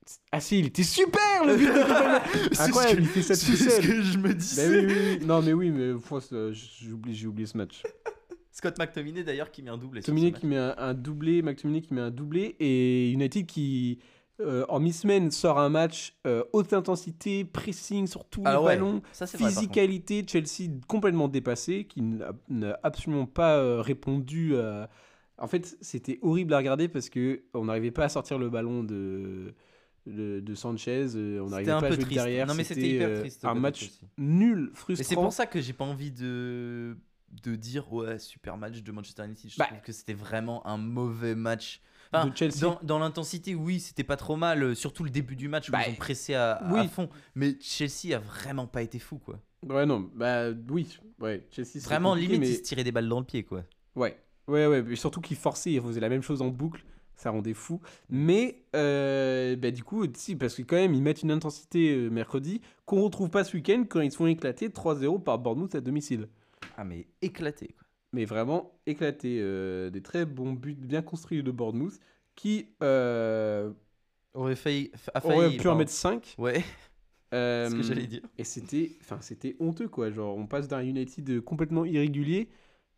Si.
Ah si, il était super le but de Coppola.
C'est ce
Incroyable,
que-
il fait ça
C'est
tout
ce
seul
que je me dis.
Bah oui, oui, oui. Non, mais oui, mais faut- euh, j'ai oublié, j'ai oublié ce match.
Scott McTominay d'ailleurs qui met un double.
McTominay qui met un, un doublé, McTominay qui met un doublé et United qui euh, en mi-semaine, sort un match euh, haute intensité, pressing sur tous
Ah
les
ouais,
ballons,
ça c'est vrai. par contre.
physicalité, Chelsea complètement dépassé, qui n'a n'a absolument pas euh, répondu à... En fait, c'était horrible à regarder parce que on n'arrivait pas à sortir le ballon de, de, de Sanchez, euh, on n'arrivait
un
pas à
peu
jouer
triste.
derrière.
Non, mais c'était hyper
euh,
triste,
Un
peut-être
match
aussi.
nul,
Mais
frustrant.
c'est pour ça que j'ai pas envie de de dire ouais super match de Manchester United. Je
Bah.
trouve que c'était vraiment un mauvais match. Enfin,
De Chelsea.
Dans, dans l'intensité, oui, c'était pas trop mal. euh, Surtout le début du match où
Bah,
ils ont pressé à, à
oui.
fond. Mais Chelsea a vraiment pas été fou quoi.
Ouais, non, bah oui, ouais, Chelsea. c'est
Vraiment
compliqué,
limite
mais-
ils se tiraient des balles dans le pied quoi.
Ouais, ouais, ouais, mais surtout qu'il forçait, il faisait la même chose en boucle, ça rendait fou. Mais euh, bah, du coup, si, parce que quand même, ils mettent une intensité euh, mercredi qu'on retrouve pas ce week-end quand ils se font éclater 3-0 par Bournemouth à domicile.
Ah mais éclaté quoi.
Mais vraiment éclaté. euh, des très bons buts bien construits de Bournemouth qui euh,
Aurait failli, a failli
aurait pu en
pardon.
mettre euh, 5.
Ouais, c'est ce que j'allais dire.
Et c'était, enfin, c'était honteux quoi. Genre, on passe d'un United complètement irrégulier,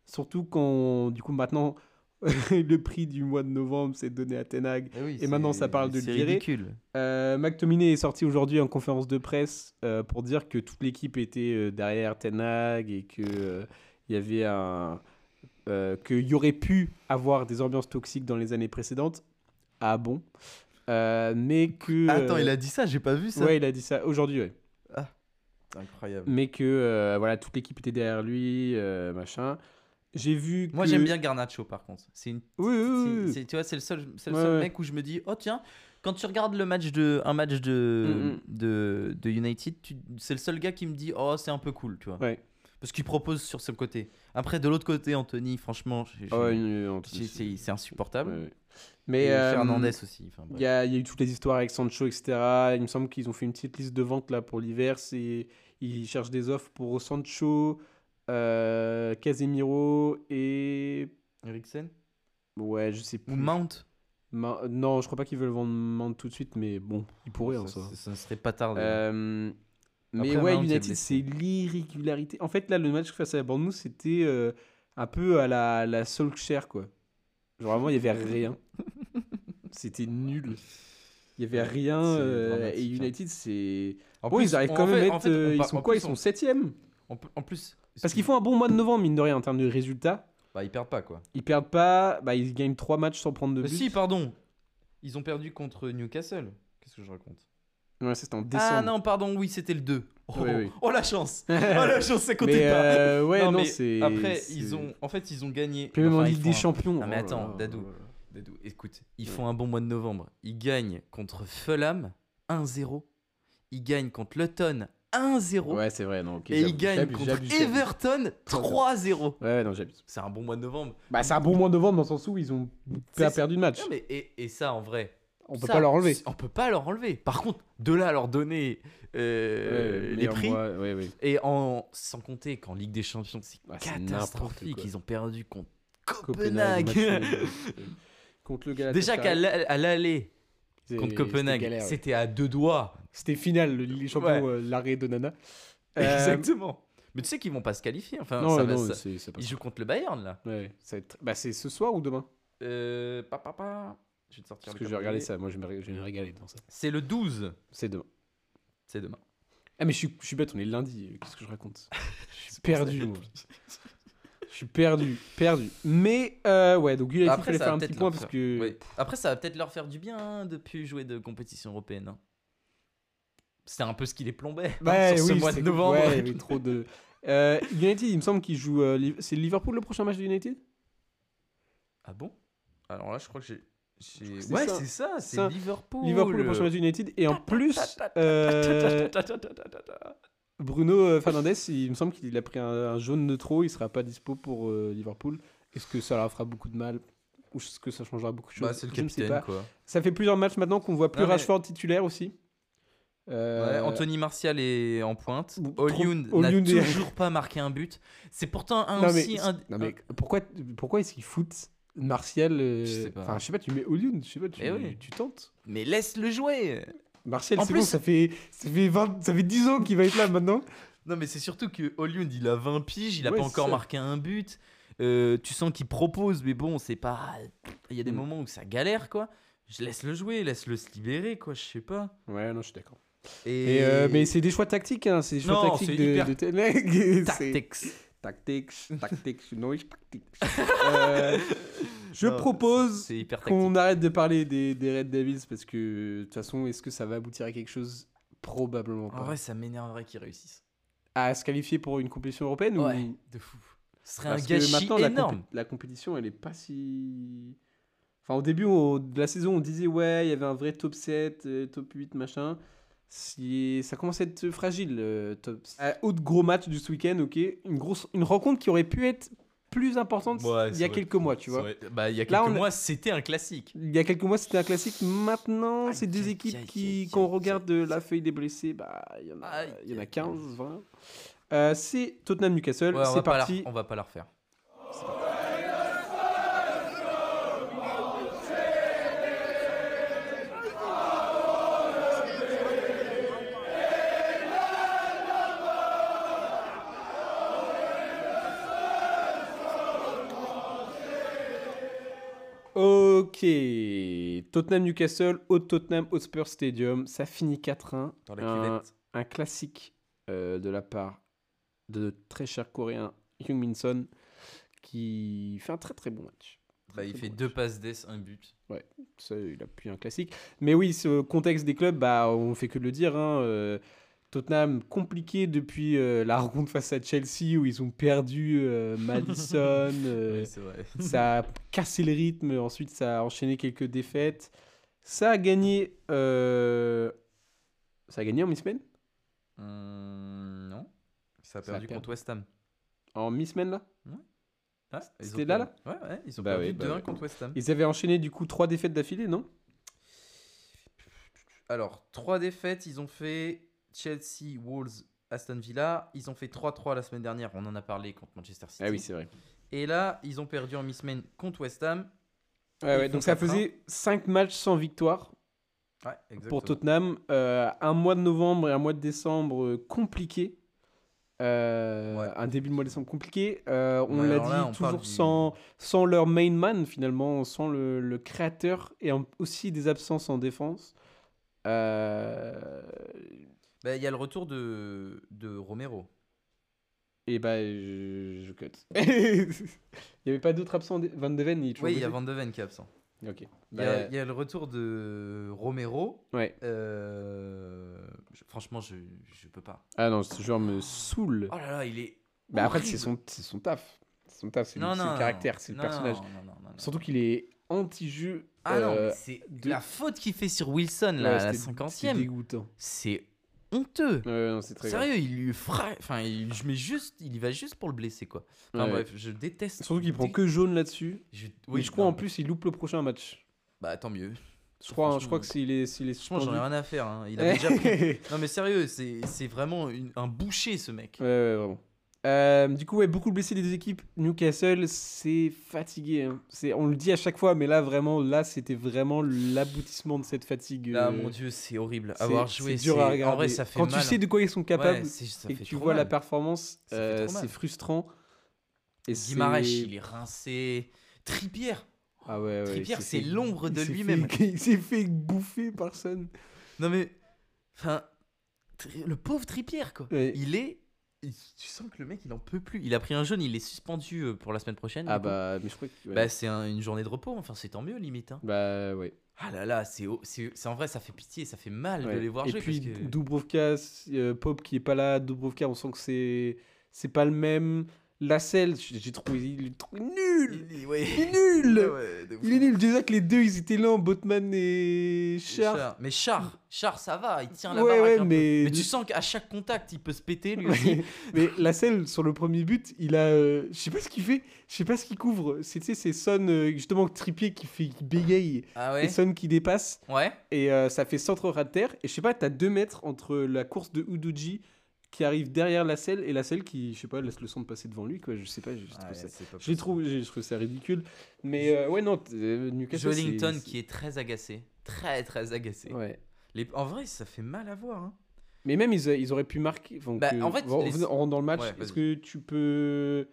surtout quand, du coup, maintenant, le prix du mois de novembre s'est donné à Ten Hag. et maintenant, ça parle de le
Eh C'est
virer.
ridicule.
Euh, McTominay est sorti aujourd'hui en conférence de presse euh, pour dire que toute l'équipe était euh, derrière Ten Hag et que euh, il y avait un euh, que y aurait pu avoir des ambiances toxiques dans les années précédentes. Ah bon. Euh, mais que
Attends,
euh,
il a dit ça, j'ai pas vu ça.
ouais, il a dit ça aujourd'hui. ouais.
Incroyable.
mais que euh, voilà toute l'équipe était derrière lui euh, machin j'ai vu
Moi
que-
j'aime bien Garnacho par contre. C'est une
oui oui, oui,
C'est-
oui.
c'est- tu vois, c'est le seul, c'est le
Euh. Ouais,
seul
ouais.
mec où je me dis, oh tiens, quand tu regardes le match de, un match de,
Mm,
de, de United, tu- c'est le seul gars qui me dit, oh c'est un peu cool, tu vois.
Ouais.
Parce qu'il propose sur ce côté. Après, de l'autre côté, Anthony, franchement, j'ai- j'ai-
Ah ouais, une- en-
j'ai- c'est c'est insupportable.
Ouais, ouais.
Et
mais euh,
Fernandez aussi. enfin, bref.
Il y, a, il y a eu toutes les histoires avec Sancho, etc. Il me semble qu'ils ont fait une petite liste de ventes là pour l'hiver. C'est ils cherchent des offres pour Sancho, euh, Casemiro et
Eriksen
ouais, je sais plus.
Ou Mount
Ma- Non, je crois pas qu'ils veulent vendre Mount tout de suite, mais bon, ils pourraient en
ça,
soi.
ça- ça ne serait pas tardé.
Euh, mais
hein. Après,
ouais,
Mount est
United,
blessé.
c'est l'irrégularité. En fait, là, le match face à Bournemouth, c'était euh, un peu à la, la Solskjaer, quoi. Genre, vraiment, il y avait rien. c'était nul. Il y avait
Ouais,
rien.
c'est
euh, et
dramatique, hein.
United, c'est.
En
Bon,
plus,
ils arrivent
on-
quand
en
même
fait-
à
en
être,
fait, on
euh, Ils
par-
sont
en
quoi Ils
plus,
sont
on-
7
En, en plus,
Parce qu'ils font un bon mois de novembre, mine de rien, en termes de résultats.
Bah, ils perdent pas quoi.
Ils perdent pas, bah, ils gagnent 3 matchs sans prendre de
Euh,
but.
si, pardon. Ils ont perdu contre Newcastle. Qu'est-ce que je raconte
Ouais, c'était en décembre.
Ah non, pardon, oui, c'était le 2. Oh,
Oui, oui.
oh, la chance Oh la chance, ça comptait
Mais,
pas
euh, ouais, non,
mais
c'est.
Après,
c'est-
ils ont, en fait, ils ont gagné.
Puis même
Enfin,
en
ils
Ligue
font
des
un-
Champions.
Ah, mais
oh là
attends,
là,
Dadou.
oh là là.
Dadou, écoute, ils font un bon mois de novembre. Ils gagnent contre Fulham 1-0. Ils gagnent contre Luton 1-0.
Ouais, c'est vrai, non, ok.
et ils
j'abuse,
gagnent
j'abuse,
contre
j'abuse, j'abuse.
Everton 3-0.
Ouais, non, j'abuse.
C'est un bon mois de novembre.
Bah, c'est un bon mois de novembre dans le sens où ils ont
C'est-
pas
c'est-
perdu de match.
Non, mais, et, et ça, en vrai,
On peut
Ça,
pas leur enlever.
c'est- On peut pas leur enlever. Par contre, de là à leur donner euh,
Ouais,
les
meilleur
prix.
mois, ouais, ouais.
Et en, sans compter qu'en Ligue des Champions, c'est
Ah, c'est n'importe
catastrophique.
quoi.
Ils ont perdu contre
Copenhague.
Copenhague.
match nul. Contre le Galatasaray.
Déjà qu'à l'a- à l'aller
c'est-
contre
c'était
Copenhague,
galère, ouais.
c'était à deux doigts.
C'était final, le Ligue des Champions,
Ouais.
euh, l'arrêt de Nana. Euh,
Exactement. Mais tu sais qu'ils vont pas se qualifier. Enfin,
Non,
ça va-
non,
ça-
c'est ça passe.
Ils jouent contre le Bayern là.
Ouais, ça va être- Bah, c'est ce soir ou demain
Euh, pa, pa, pa. Je vais te sortir
Parce
le
que je vais regarder
calendrier.
ça. Moi, je vais me ré- je vais me régaler dans ça.
C'est le 12.
C'est demain.
C'est demain.
Ah, mais je suis, je suis bête, on est lundi. euh, Qu'est-ce que je raconte Je suis perdu, moi. Je suis perdu, perdu. Mais, euh, ouais, donc il
Après,
fallait
ça
faire
va
un petit
peut-être
point
leur
parce
faire-
que.
Ouais. Après, ça va peut-être leur faire du bien hein, de plus jouer de compétition européenne. hein. C'était un peu ce qui les plombait hein,
Ouais,
sur ce
oui,
mois de
c'est-
novembre.
ouais, il y avait trop de. Euh, United, il me semble qu'il joue. euh, Liv- c'est Liverpool le prochain match de United
Ah bon Alors là, je crois que j'ai. j'ai-
c'est
Ouais,
ça.
c'est ça, c'est
Ça.
Liverpool.
Liverpool le prochain match de United. Et en plus, euh, Bruno euh, Fernandes, il me semble qu'il a pris un, un jaune de trop. Il sera pas dispo pour euh, Liverpool. Est-ce que ça leur fera beaucoup de mal Ou est-ce que ça changera beaucoup de choses
Bah, c'est le
Je ne sais
capitaine
pas.
quoi.
Ça fait plusieurs matchs maintenant qu'on voit plus
Non, mais-
Rashford titulaire aussi. Euh,
Ouais, Anthony Martial est en pointe.
Ou-
Oliund
trop-
n'a
Oliund est-
toujours pas marqué un but. C'est pourtant un
Non mais,
aussi un.
non, mais pourquoi, pourquoi est-ce qu'il foot Martial euh,
Je sais pas.
Enfin, je sais pas, tu mets Oliun, je sais pas, tu,
Eh oui.
tu tentes.
Mais laisse le jouer.
Martial,
En
c'est
plus-
bon, ça fait, ça, fait 20 ça fait 10 ans qu'il va être là maintenant.
Non, mais c'est surtout que Oliund, il a 20 piges, il a
Ouais,
pas
c'est
encore
ça.
marqué un but. Euh, tu sens qu'il propose, mais bon, c'est pas. Il y a des
Mm.
moments où ça galère, quoi. Je laisse le jouer, laisse le se libérer, quoi, je sais pas.
Ouais, non, je suis d'accord.
Et,
Et, euh, mais c'est des choix tactiques, hein. C'est des choix
Non,
tactiques
c'est
de,
hyper
de tes mecs. C'est-
Tactics.
Tactics, tactics, you know it's tactics. Euh, je
Non,
propose
C'est hyper tactique.
qu'on arrête de parler des, des Red Devils parce que de toute façon, est-ce que ça va aboutir à quelque chose Probablement pas.
En vrai, ça m'énerverait qu'ils réussissent.
À se qualifier pour une compétition européenne
Ouais,
ou
de fou. Ce serait
Parce
un
que
gâchis
maintenant, la, compé-
énorme.
la compétition, elle est pas si. Enfin, au début on- de la saison, on disait ouais, il y avait un vrai top 7, euh, top 8, machin. Si... Ça commence à être fragile. euh, top...
Ah.
Euh, autre gros match de ce week-end, ok. Une, grosse... une rencontre qui aurait pu être plus importante
Ouais,
il
c'est
y a
vrai.
quelques mois, tu
C'est
vois.
vrai. Bah, il y a quelques
Là, on a-
mois, c'était un classique.
Il y a quelques mois, c'était un classique. Maintenant,
Aïe,
ces deux
aïe,
équipes
aïe, aïe,
qui,
aïe,
quand on
aïe,
regarde
aïe,
la
aïe.
feuille des blessés, bah, il y en a,
Aïe,
il y en a
aïe.
15, 20. Euh, c'est Tottenham Newcastle,
Ouais, on,
c'est
va pas la-
parti.
on va pas la refaire.
Ok, Tottenham Newcastle au Tottenham Hotspur Stadium, ça finit 4-1.
Dans la
un,
cuvette.
un classique euh, de la part de notre très cher coréen Hyung Min Son qui fait un très très bon match.
Bah, il
très
fait
bon
deux
match.
passes d'ess, un but.
Ça, il appuie un classique. Mais oui, ce contexte des clubs, bah, on fait que de le dire. hein, euh, Tottenham compliqué depuis euh, la rencontre face à Chelsea où ils ont perdu euh, Madison. euh,
Oui, c'est vrai.
ça a cassé le rythme, ensuite ça a enchaîné quelques défaites. Ça a gagné. euh, Ça a gagné en mi-semaine
Hum, non. Ça a
Ça a
perdu
perdu.
contre West Ham.
En mi-semaine là
Ah, ils ont
C'était là,
perdu- Ouais, ouais, ils ont
Bah
perdu
oui, bah
2-1
oui.
contre West Ham.
Ils avaient enchaîné du coup trois défaites d'affilée, non
Alors, 3 défaites, ils ont fait Chelsea, Wolves, Aston Villa. Ils ont fait 3-3 la semaine dernière, on en a parlé contre Manchester City.
Ah vrai.
Et là, ils ont perdu en mi-semaine contre West Ham. Ils font hein.
donc ça
4-1.
faisait cinq matchs sans victoire
Ouais, exactement.
pour Tottenham. Euh, un mois de novembre et un mois de décembre euh, compliqué. Euh,
Ouais.
Un début de mois de décembre compliqué. Euh, on
Ouais,
l'a
alors là,
dit,
on parle
toujours
du-
sans, sans leur main man finalement, sans le, le créateur et en- aussi des absences en défense. Euh,
Bah, il y a le retour de, de Romero.
et bah, je, je cut. Il n'y avait pas d'autres absents. en dé- Van de Ven, il est toujours
Oui, il y a
blessé
Van de Ven qui est absent.
Ok.
Il y a-
Bah,
il y, a le retour de Romero.
Ouais.
Euh, je- franchement, je, je peux pas.
Ah non, ce joueur me saoule.
Oh là là, il est.
Mais après,
horrible.
c'est son, c'est son taf. C'est son taf, c'est le,
Non,
c'est le
non, non,
caractère, c'est le
non,
personnage.
non, non, non, non.
Surtout qu'il est anti-jeu.
Ah non,
euh,
mais c'est
de-
la faute qu'il fait sur Wilson,
ouais,
là, à la
c'était- c'était
50e.
dégoûtant.
C'est honteux.
Ouais, ouais, non, c'est très grave.
Sérieux, il lui fra... Enfin, il... je mets juste... il y va juste pour le blesser, quoi. Enfin
Ouais.
bref, je déteste.
Surtout qu'il prend
Dé-
que jaune là-dessus.
Je...
Oui,
Oui,
je crois
non,
en plus, il loupe le prochain match.
Bah tant mieux.
Je crois, hein, je
franchement,
crois que s'il est, s'il est
Franchement,
suspendu.
j'en ai rien à faire. hein. Il a déjà pris- Non, mais sérieux, c'est c'est vraiment une- un boucher, ce mec.
Ouais, ouais, vraiment. Euh, du coup, ouais, beaucoup de blessés des deux équipes. Newcastle, c'est fatigué. hein. C'est, on le dit à chaque fois, mais là, vraiment, là, c'était vraiment l'aboutissement de cette fatigue.
Là,
euh,
Ah, mon dieu, c'est horrible.
c'est-
Avoir joué,
c'est dur à
c'est-
regarder.
En vrai, ça fait
Quand
mal.
tu sais de quoi ils sont capables
Ouais, c'est- ça
et
fait
que tu
trop
vois la
mal.
performance,
Ça fait
euh,
trop mal.
c'est frustrant. Et c'est-
Guimarães, il est rincé. Tripierre.
Ah ouais, ouais, il
Tripierre,
s'est
c'est
fait-
l'ombre
il
de
s'est
lui-même.
fait- Il s'est fait bouffer par Son.
Non mais, enfin, tri- le pauvre Tripierre quoi.
Ouais.
Il est, il- tu sens que le mec il en peut plus. Il a pris un jaune, il est suspendu euh, pour la semaine prochaine.
Ah
du coup.
bah, mais je crois que. ouais.
Bah c'est un- une journée de repos. Enfin c'est tant mieux limite. hein.
Bah, ouais.
Ah là là, c'est au- c'est c'est- en vrai ça fait pitié, ça fait mal
Ouais.
de les voir
Et
jouer.
puis
parce que-
Dubrovka, euh, Pop qui est pas là, Dubrovka, on sent que c'est c'est pas le même. Lassel, j'ai j'ai trouvé il est trouvé nul,
Il, ouais.
il est nul,
Ouais, de ouf.
il est nul. Déjà que les deux ils étaient là, Botman et
Et
Char.
Char. Mais Char, Char ça va, il tient la
Ouais,
baraque
ouais,
un peu.
mais-
Mais tu sens qu'à chaque contact il peut se péter lui aussi.
Ouais. Mais Lassel sur le premier but, il a, euh, je sais pas ce qu'il fait, je sais pas ce qu'il couvre. C'est tu sais, c'est Son euh, justement Tripier qui fait qui bégaye
Ah ouais.
et Son qui dépasse
Ouais.
et euh, ça fait centre ras de terre. Et je sais pas, t'as deux mètres entre la course de Udoji qui arrive derrière la selle et la selle qui, je sais pas, laisse le centre passer devant lui. Quoi. Je sais pas, je, je trouve ça. Je l'ai trouvé, je trouve ça ridicule. Mais euh, ouais, non, t- euh, Newcastle. c'est-
Joelington
c'est-
qui est très agacé, très très agacé.
Ouais.
Les- En vrai, ça fait mal à voir. Hein.
Mais même, ils, a- ils auraient pu marquer. enfin,
Bah,
que-
en fait,
bon,
les-
on rentre dans le match.
Ouais,
Est-ce que
vas-y.
tu peux.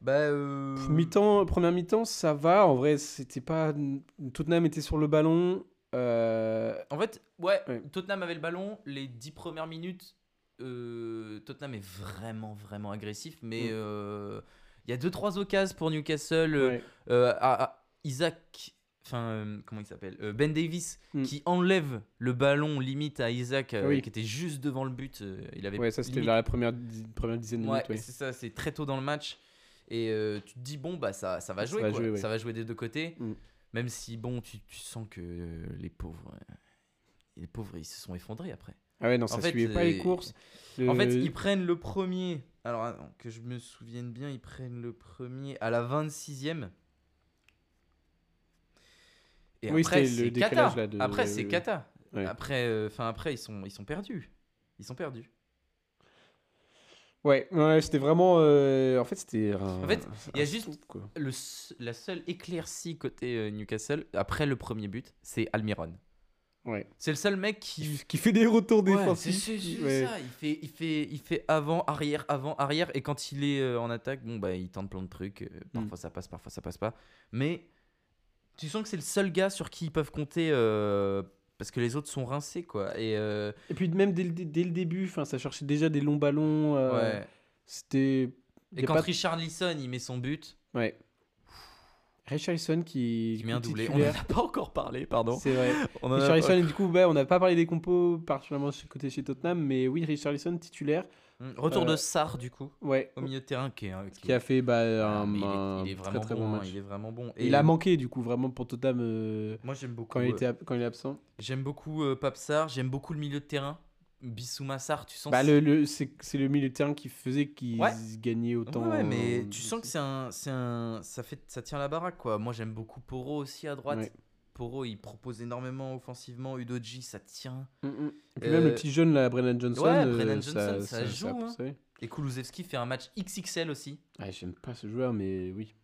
Bah, euh,
Pff, Mi-temps, première mi-temps, ça va. En vrai, c'était pas. Tottenham était sur le ballon. Euh,
En fait, ouais,
Ouais.
Tottenham avait le ballon. Les dix premières minutes, euh, Tottenham est vraiment, vraiment agressif. Mais
Mm.
euh, il y a deux, trois occasions pour Newcastle. euh,
ouais.
euh, à- à Isaac, enfin, euh, comment il s'appelle Euh, Ben Davis,
Mm.
qui enlève le ballon limite à Isaac, euh,
Oui.
qui était juste devant le but. euh, il avait
Ouais, ça c'était
limite-
vers la première, di- première dizaine de
Ouais,
minutes. ouais.
c'est ça, c'est très tôt dans le match. Et euh, tu te dis, bon, bah ça, ça va
Ça
jouer,
va
quoi.
jouer, ouais.
ça va jouer des deux côtés.
Mm.
Même si, bon, tu, tu sens que euh, les pauvres. euh, les pauvres, ils se sont effondrés après.
Ah ouais, non, ça
fait,
suivait pas les
euh,
courses.
En fait,
Le-
ils prennent le premier. Alors, attends, que je me souvienne bien, ils prennent le premier à la 26e. Et
Oui,
après,
c'était le
c'est
décalage,
cata.
là, de-
Après,
oui,
c'est
oui.
cata.
Ouais.
Après, euh, enfin, après, ils sont, ils sont perdus. Ils sont perdus.
Ouais, ouais, c'était vraiment. euh, En fait, c'était.
En fait, il y a juste le, s- la seule éclaircie côté euh, Newcastle après le premier but, c'est Almiron.
Ouais.
C'est le seul mec qui
Qui fait des retours
Ouais, c'est
défensifs.
c'est- c'est
ouais.
ça. Il fait, il fait, il fait avant, arrière, avant, arrière. Et quand il est euh, en attaque, bon bah il tente plein de trucs. euh,
Mm.
parfois ça passe, parfois ça passe pas. Mais tu sens que c'est le seul gars sur qui ils peuvent compter euh, parce que les autres sont rincés quoi. Et euh,
Et puis, même dès le, dé- dès le début, enfin, ça cherchait déjà des longs ballons. euh,
ouais.
C'était. il y
Et
a
quand
pas-
Richarlison il met son but,
Ouais. Richarlison qui.
il met un doublé. On en
titulaire.
a pas encore parlé, pardon.
C'est vrai.
On en a-
Richarlison, et du coup, bah, on n'a pas parlé des compos, particulièrement sur le côté chez Tottenham, mais oui, Richarlison titulaire.
Mm, Retour de
Euh,
Sarr du coup
Ouais.
au milieu de terrain qui est un-
Qui a fait bah,
Ah,
un,
mais il est-
un
il est
très
vraiment
très bon,
bon. hein,
match.
Il est vraiment bon.
Et il a manqué, du coup, vraiment pour Tottenham euh,
Moi j'aime beaucoup.
quand, il
euh,
était, ab- quand il est absent.
J'aime beaucoup euh, Papsar, j'aime beaucoup le milieu de terrain. Bissouma Sarr, tu sens
Bah,
que
le, le- c'est c'est le milieu de terrain qui faisait qu'ils
Ouais.
gagnaient
c'est-
autant.
Ouais, ouais, mais
euh,
tu sens que c'est un, c'est un, ça fait, ça tient la baraque quoi. Moi j'aime beaucoup Poro aussi à droite.
Ouais.
Poro il propose énormément offensivement. Udoji ça tient.
Mm, mm. Et puis même le
Euh,
petit jeune, là, Brennan Johnson.
ouais,
euh,
Brennan Johnson, ça joue, hein.
pousse, ouais.
Et Kulusevski fait un match XXL aussi.
Ah, J'aime pas ce joueur, mais oui.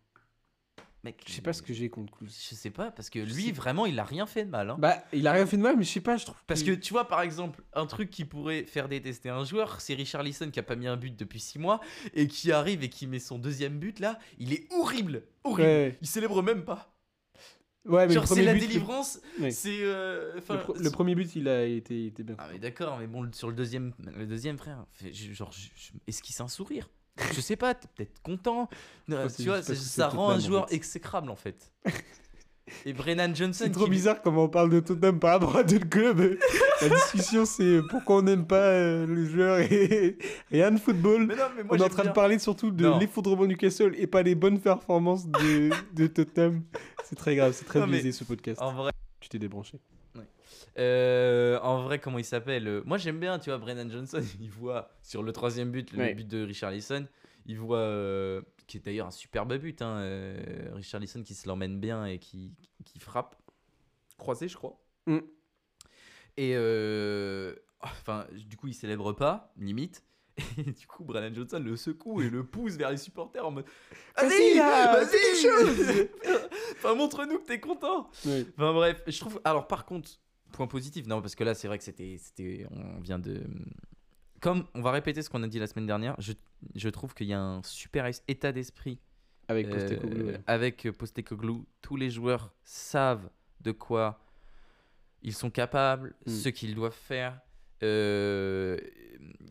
Mec,
Je sais pas ce que j'ai contre
Je
Koulibaly.
sais pas parce que
Je
lui
sais-
vraiment il a rien fait de mal. hein.
Bah, il a rien fait de mal, mais je sais pas, je trouve.
Parce que tu vois, par exemple, un truc qui pourrait faire détester un joueur, c'est Richarlison qui a pas mis un but depuis 6 mois et qui arrive et qui met son deuxième but là. Il est horrible, horrible.
Ouais,
Il célèbre même pas.
ouais Ah, mais
Genre,
le
c'est
premier
la
but, le-
délivrance,
Ouais.
c'est. euh, enfin,
Le, pro- le premier but, il a été, il était bien.
Ah, mais d'accord, mais bon, sur le deuxième, le deuxième frère, fait- je- genre, je- je- esquisse un sourire. Je sais pas, t'es peut-être content. Non,
crois que c'est
tu vois,
juste parce
ça-
que
ça
c'est
rend un
Tottenham, en
joueur
fait.
exécrable en fait. Et Brennan Johnson.
C'est trop
qui-
bizarre comment on parle de Tottenham par rapport à d'autres clubs. La discussion, c'est pourquoi on n'aime pas euh, le joueur et rien de football.
Mais non, mais
on
moi,
est en
j'aime
train
bien.
de parler surtout de
Non.
l'effondrement du Castle et pas les bonnes performances de, de Tottenham. C'est très grave, c'est très
Non, mais-
biaisé ce podcast.
En vrai.
Tu t'es débranché.
Euh, en vrai, comment il s'appelle euh, Moi, j'aime bien, tu vois, Brennan Johnson. Il voit sur le troisième but, le
Ouais.
but de Richarlison. Il voit, euh, qui est d'ailleurs un superbe but, hein, euh, Richarlison qui se l'emmène bien et qui, qui frappe. Croisé, je crois.
Mm.
Et euh, enfin, du coup, il célèbre pas, limite. Et du coup, Brennan Johnson le secoue et le pousse vers les supporters en mode Vas-y,
Vas-y, là, fais
vas-y, enfin, montre-nous que t'es content.
Ouais.
Enfin bref, je trouve. Alors par contre, point positif, non, parce que là c'est vrai que c'était, c'était, on vient de. Comme on va répéter ce qu'on a dit la semaine dernière, je, je trouve qu'il y a un super es- état d'esprit
Avec
euh,
Postecoglou. ouais.
avec euh, Postecoglou. Tous les joueurs savent de quoi ils sont capables,
Mm.
ce qu'ils doivent faire. Euh,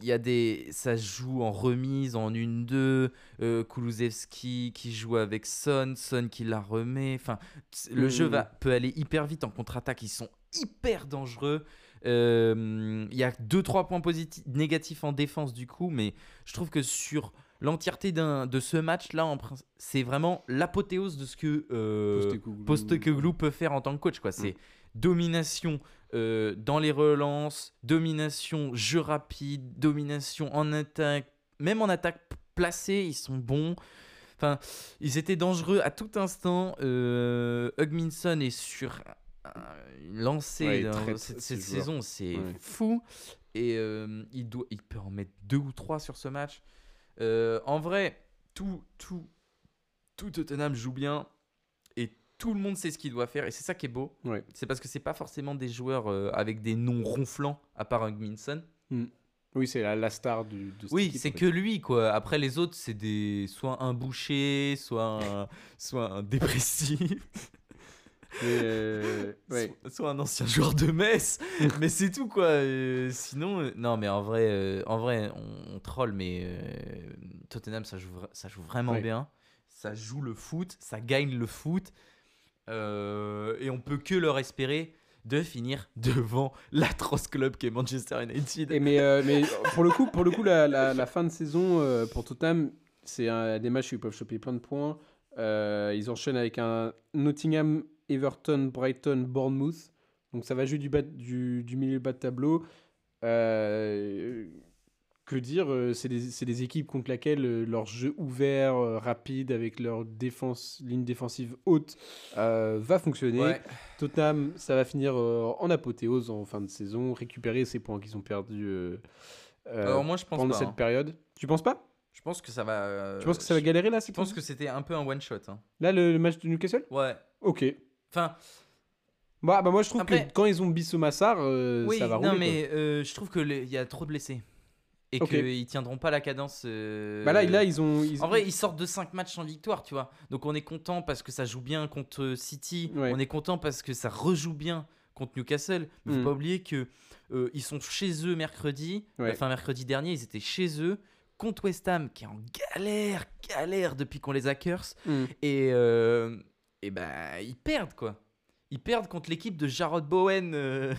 Il y a des, ça se joue en remise, en une deux. Euh, Kulusevski qui joue avec Son, Son qui la remet. Enfin, t- le
Mm.
jeu va peut aller hyper vite en contre-attaque. Ils sont hyper dangereux. Euh, Il y a deux trois points positifs, négatifs en défense du coup, mais je trouve que sur l'entièreté d'un- de ce match-là, en princi- c'est vraiment l'apothéose de ce que euh,
Postecoglou.
Postecoglou peut faire en tant que coach. quoi. C'est
Mm.
domination euh, dans les relances, domination jeu rapide, domination en attaque, même en attaque p- placée, ils sont bons. Enfin, ils étaient dangereux à tout instant. Euh, Hugminson est sur euh, une lancée
Ouais, il
dans
traite
cette,
ce
cette
joueur.
saison, c'est
Ouais.
fou. Et euh, il, doit, il peut en mettre deux ou trois sur ce match. Euh, en vrai, tout, tout, tout Tottenham joue bien et tout le monde sait ce qu'il doit faire. Et c'est ça qui est beau.
Ouais.
C'est parce que c'est pas forcément des joueurs euh, avec des noms ronflants, à part Hugminson.
Mm. Oui, c'est la, la star du. de cette
Oui,
équipe,
c'est
en fait.
que lui, quoi. Après, les autres, c'est des... soit un boucher, soit un, soit un dépressif,
Mais, euh, ouais.
soit, soit un ancien joueur de Metz. mais c'est tout, quoi. Euh, sinon, euh, non, mais en vrai, euh, en vrai on, on troll, mais euh, Tottenham, ça joue, vra- ça joue vraiment
Ouais.
bien. Ça joue le foot, ça gagne le foot. Euh, et on peut que leur espérer de finir devant l'atroce club qu'est Manchester United.
Et mais, euh, mais pour le coup, pour le coup la, la- la fin de saison euh, pour Tottenham, c'est un- des matchs où ils peuvent choper plein de points. Euh, ils enchaînent avec un Nottingham, Everton, Brighton, Bournemouth. Donc ça va jouer du, bas, du, du milieu bas de tableau. Euh, que dire euh, C'est des, c'est des équipes contre lesquelles euh, leur jeu ouvert, euh, rapide, avec leur défense, ligne défensive haute, euh, va fonctionner.
Ouais.
Tottenham, ça va finir euh, en apothéose en fin de saison, récupérer ces points qu'ils ont perdus euh, euh,
Alors, moi, je pense
pendant
pas.
cette
hein.
période. Tu penses pas
Je pense que ça va. euh,
Tu penses que ça va
je-
galérer là cette
Je pense
saison
que c'était un peu un one shot. hein.
Là, le, le match de Newcastle
Ouais.
Ok.
Enfin,
Bah, bah, moi, je trouve
Après-
que quand ils ont Bissoma Sarr, euh,
oui,
ça va rouler.
non,
quoi.
mais euh, je trouve que les- il y a trop de blessés. Et
Ok.
qu'ils tiendront pas la cadence. euh,
Bah là, là, ils ont. ils-
En vrai, ils sortent de 5 matchs sans victoire, tu vois. Donc on est content parce que ça joue bien contre euh, City.
Ouais.
On est content parce que ça rejoue bien contre Newcastle. Mais faut
Mm.
pas oublier que euh, ils sont chez eux mercredi.
Ouais.
Enfin, mercredi dernier, ils étaient chez eux contre West Ham qui est en galère, galère depuis qu'on les a curse.
Mm.
Et, euh, et bah, ils perdent quoi. Ils perdent contre l'équipe de Jarrod Bowen. euh,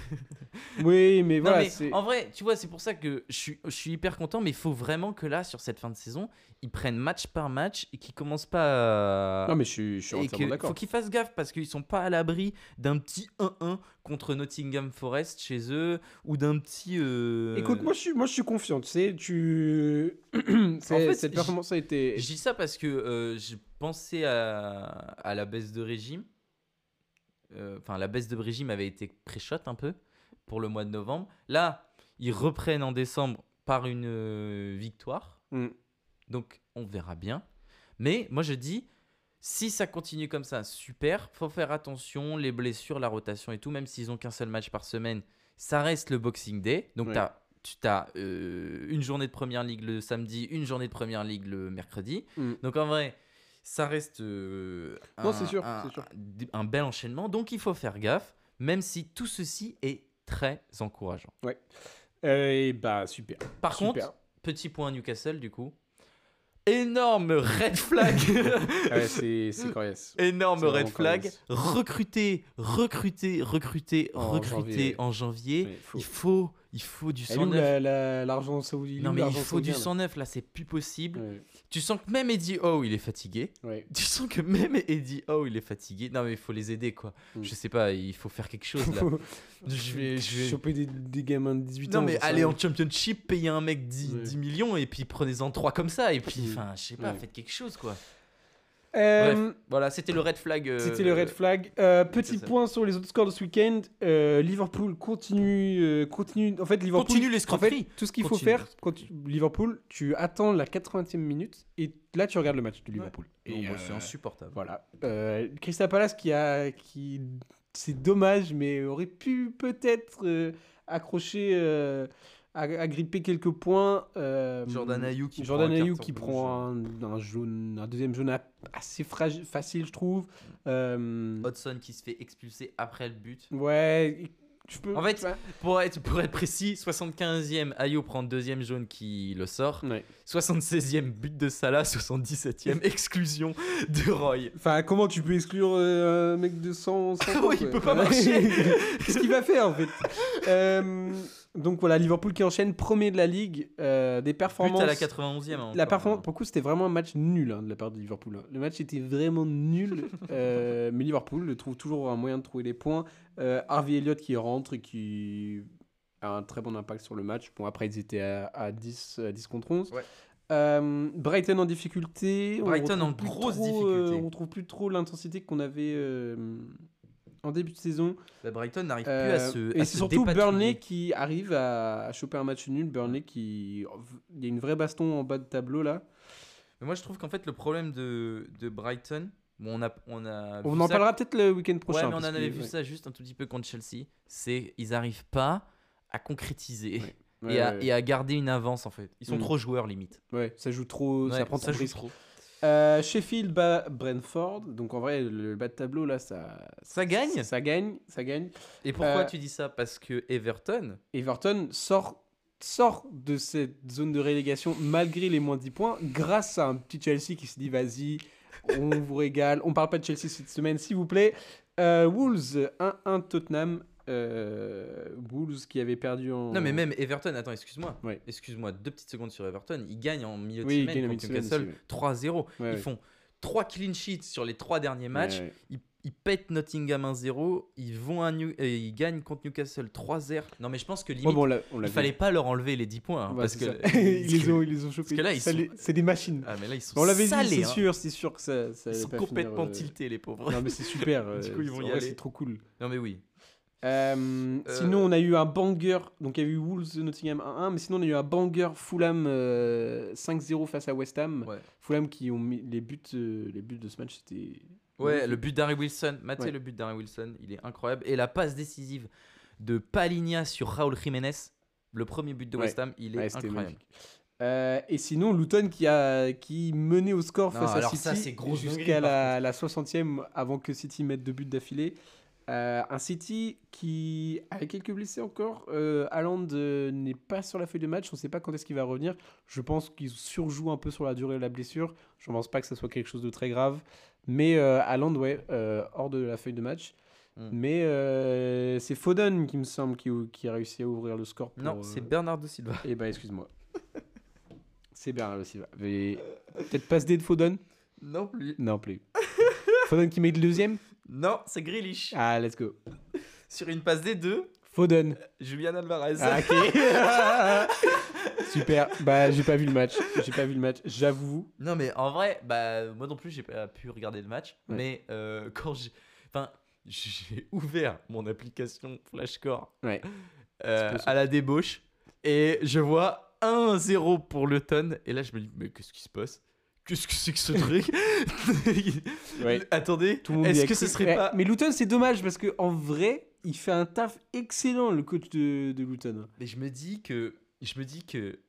Oui, mais
non,
voilà.
mais
c'est-
en vrai, tu vois, c'est pour ça que je suis, je suis hyper content, mais il faut vraiment que là, sur cette fin de saison, ils prennent match par match et qu'ils commencent pas à...
Non, mais je suis, je suis
et
entièrement
que- faut
d'accord.
qu'ils fassent gaffe parce qu'ils sont pas à l'abri d'un petit 1-1 contre Nottingham Forest chez eux ou d'un petit. euh,
Écoute, moi je, suis, moi, je suis confiant. Tu sais, tu. C'est-
En fait,
cette
j-
performance a été.
Je dis ça parce que euh, je pensais à, à la baisse de régime. Euh, Enfin, la baisse de régime avait été pré-shot un peu pour le mois de novembre. Là, ils reprennent en décembre par une euh, victoire.
Mm.
Donc, on verra bien. Mais moi, je dis, si ça continue comme ça, super. Faut faire attention, les blessures, la rotation et tout. Même s'ils ont qu'un seul match par semaine, ça reste le Boxing Day. Donc,
Ouais.
t'as- tu as une journée de Première Ligue le samedi, une journée de Première Ligue le mercredi.
Mm.
Donc, en vrai, ça reste euh,
Non,
un-
c'est sûr,
un-
c'est sûr.
un bel enchaînement. Donc, il faut faire gaffe, même si tout ceci est très encourageant.
Euh, et bah, super.
Par
Super.
contre, petit point Newcastle, du coup. Énorme red flag
Ah ouais, c'est c'est coriace.
Énorme
C'est
red
vraiment
flag.
coriace.
Recruter, recruter, recruter,
En
recruter
janvier.
en janvier.
Mais faut-
Il faut, il faut du
Elle est où
109.
la- la- l'argent saoudien
Non mais il faut du 109 là, c'est plus possible.
Ouais,
Tu sens que même Eddie Oh, il est fatigué.
ouais.
Tu sens que même Eddie Oh, il est fatigué. Non mais il faut les aider quoi.
Mm.
Je sais pas, il faut faire quelque chose là.
Faut
je vais, je vais-
choper des, des gamins de 18 ans.
Non mais
j'en sais
allez
rien.
en championship, payez un mec 10,
Ouais.
10 millions et puis prenez-en 3 comme ça et puis
Mm.
enfin je sais pas,
Ouais.
faites quelque chose quoi.
Euh,
Voilà, c'était le red flag. euh,
C'était le red flag. Euh, petit
c'est ça.
point sur les autres scores de ce week-end. Euh, Liverpool continue, euh, continue. En fait, Liverpool
Continue
En fait,
l'escroquerie.
tout ce qu'il faut
Continue
faire quand tu- Liverpool, tu attends la 80e minute et là tu regardes le match de Liverpool.
Non,
Et,
bah,
euh,
c'est insupportable.
Voilà. Euh, Crystal Palace qui a qui c'est dommage mais aurait pu peut-être euh, accrocher euh, ag- agripper quelques points euh,
Jordan Ayew qui
Jordan
prend un
Ayew
carton
qui
rouge.
prend un, un jaune un deuxième jaune a- assez fragi- facile je trouve. Euh,
Hudson qui se fait expulser après le but.
ouais, je peux
En fait,
ouais.
Pour être, pour être précis, 75e, Ayo prend deuxième jaune qui le sort.
Ouais.
76e, but de Salah. 77e, exclusion de Roy.
Enfin, comment tu peux exclure euh, un mec de 100 100
Oui, il peut pas marcher.
Qu'est-ce qu'il va faire en fait Euh, Donc voilà, Liverpool qui enchaîne premier de la ligue, euh, des
But
performances.
à la 91e. hein,
La
encore,
performance,
hein.
pour le coup, c'était vraiment un match nul hein, de la part de Liverpool. Le match était vraiment nul, euh, mais Liverpool le trouve toujours un moyen de trouver les points. Euh, Harvey Elliott qui rentre et qui a un très bon impact sur le match. Bon, après, ils étaient à, à 10, à 10 contre 11.
Ouais.
Euh, Brighton en difficulté. On
Brighton en
retrouve plus
grosse
trop, euh,
difficulté.
on retrouve plus trop l'intensité qu'on avait euh, en début de saison.
Bah, Brighton n'arrive plus à
Euh,
se.
et
à
c'est
se
surtout
dépatouiller.
Burnley qui arrive à, à choper un match nul. Burnley qui. Il y a une vraie baston en bas de tableau là.
Mais moi, je trouve qu'en fait, le problème de, de Brighton. Bon, on a. On, a
On
vu
en
ça-
parlera peut-être le week-end prochain.
Ouais, mais on en
parce que-
avait vu
ouais.
ça juste un tout petit peu contre Chelsea. C'est. Ils n'arrivent pas à concrétiser.
Ouais,
et, à,
ouais,
et à garder une avance en fait. Ils sont
Mm.
trop joueurs limite.
ouais, ça joue trop, ça
Ouais,
prend trop de
joue
risques.
trop.
Euh, Sheffield bat Brentford, donc en vrai le bas de tableau là ça
Ça gagne
ça gagne, ça gagne.
Et pourquoi
Euh,
tu dis ça Parce que Everton,
Everton sort sort de cette zone de relégation malgré les moins 10 points grâce à un petit Chelsea qui se dit vas-y, on vous régale, on parle pas de Chelsea cette semaine s'il vous plaît. Euh, Wolves 1-1 Tottenham euh, Wolves qui avait perdu en
Non, mais même Everton, attends, excuse-moi.
Mm. Ouais.
Excuse-moi, deux petites secondes sur Everton. Ils gagnent en milieu de
Oui, ils gagnent
semaine
en
contre
milieu de semaine
Newcastle 3-0.
Ouais,
ils
ouais.
font 3 clean sheets sur les 3 derniers matchs.
Ouais, ouais.
Ils, ils pètent Nottingham 1-0. Ils, vont à New- euh, ils gagnent contre Newcastle 3-0. Non, mais je pense que limite,
Ouais, bon, on l'a- on l'a
il
vu.
fallait pas leur enlever les 10 points. hein,
Bah,
parce
c'est
que.
ça. ils les ont ils les ont chopés.
que là, ils
Ça,
sont-
les- c'est des machines.
Ah, mais là, ils sont
On l'avait dit,
salés,
c'est
hein.
sûr, c'est sûr que ça. ça
Ils
allait
sont
pas finir,
complètement
euh,
tiltés, les pauvres.
Non mais c'est super. euh,
Du coup, ils vont
en
y
vrai,
aller.
C'est trop cool.
Non, mais oui.
Euh, Sinon, on a eu un banger. Donc, il y a eu Wolves Nottingham 1-1, mais sinon, on a eu un banger Fulham euh, 5-0 face à West Ham.
Ouais.
Fulham qui ont mis les buts, euh, les buts de ce match, c'était.
Ouais, le but d'Harry Wilson. Matez
Ouais.
le but d'Harry Wilson, il est incroyable. Et la passe décisive de Palinha sur Raúl Jiménez, le premier but de
Ouais.
West Ham, il est
Ouais, c'était
incroyable.
magnifique. Euh, et sinon, Luton qui a qui menait au score
Non,
face à
alors
City
ça, c'est grosse dinguerie,
jusqu'à
par
la, la 60e avant que City mette deux buts d'affilée. Euh, un City qui a quelques blessés encore. Euh, Haaland euh, n'est pas sur la feuille de match. On ne sait pas quand est-ce qu'il va revenir. Je pense qu'il surjoue un peu sur la durée de la blessure. Je ne pense pas que ce soit quelque chose de très grave. Mais euh, Haaland, ouais, euh, hors de la feuille de match.
Mm.
Mais euh, c'est Foden qui me semble qui, qui a réussi à ouvrir le score. pour,
Non,
euh,
c'est Bernardo Silva.
eh ben, excuse-moi. C'est Bernardo Silva. Mais Peut-être pas ce dé de Foden
Non plus.
Non, plus. Foden qui met le deuxième
Non, c'est Grealish.
Ah, let's go.
Sur une passe des deux,
Foden.
Julian Alvarez.
Ah, ok. Super. Bah, j'ai pas vu le match. J'ai pas vu le match. J'avoue.
Non, mais en vrai, bah, moi non plus, j'ai pas pu regarder le match.
Ouais.
Mais euh, quand j'ai. Enfin, j'ai ouvert mon application Flashcore
Ouais.
euh,
C'est possible.
à la débauche et je vois 1-0 pour le ton. Et là, je me dis, mais qu'est-ce qui se passe Qu'est-ce que c'est que ce truc Attendez,
Tout le monde y
est-ce
a
que ce
cru.
serait
Ouais,
pas.
Eh, Mais Luton, c'est dommage parce que en vrai, il fait un taf excellent, le coach de, de Luton.
Mais je me dis que. Je me dis que.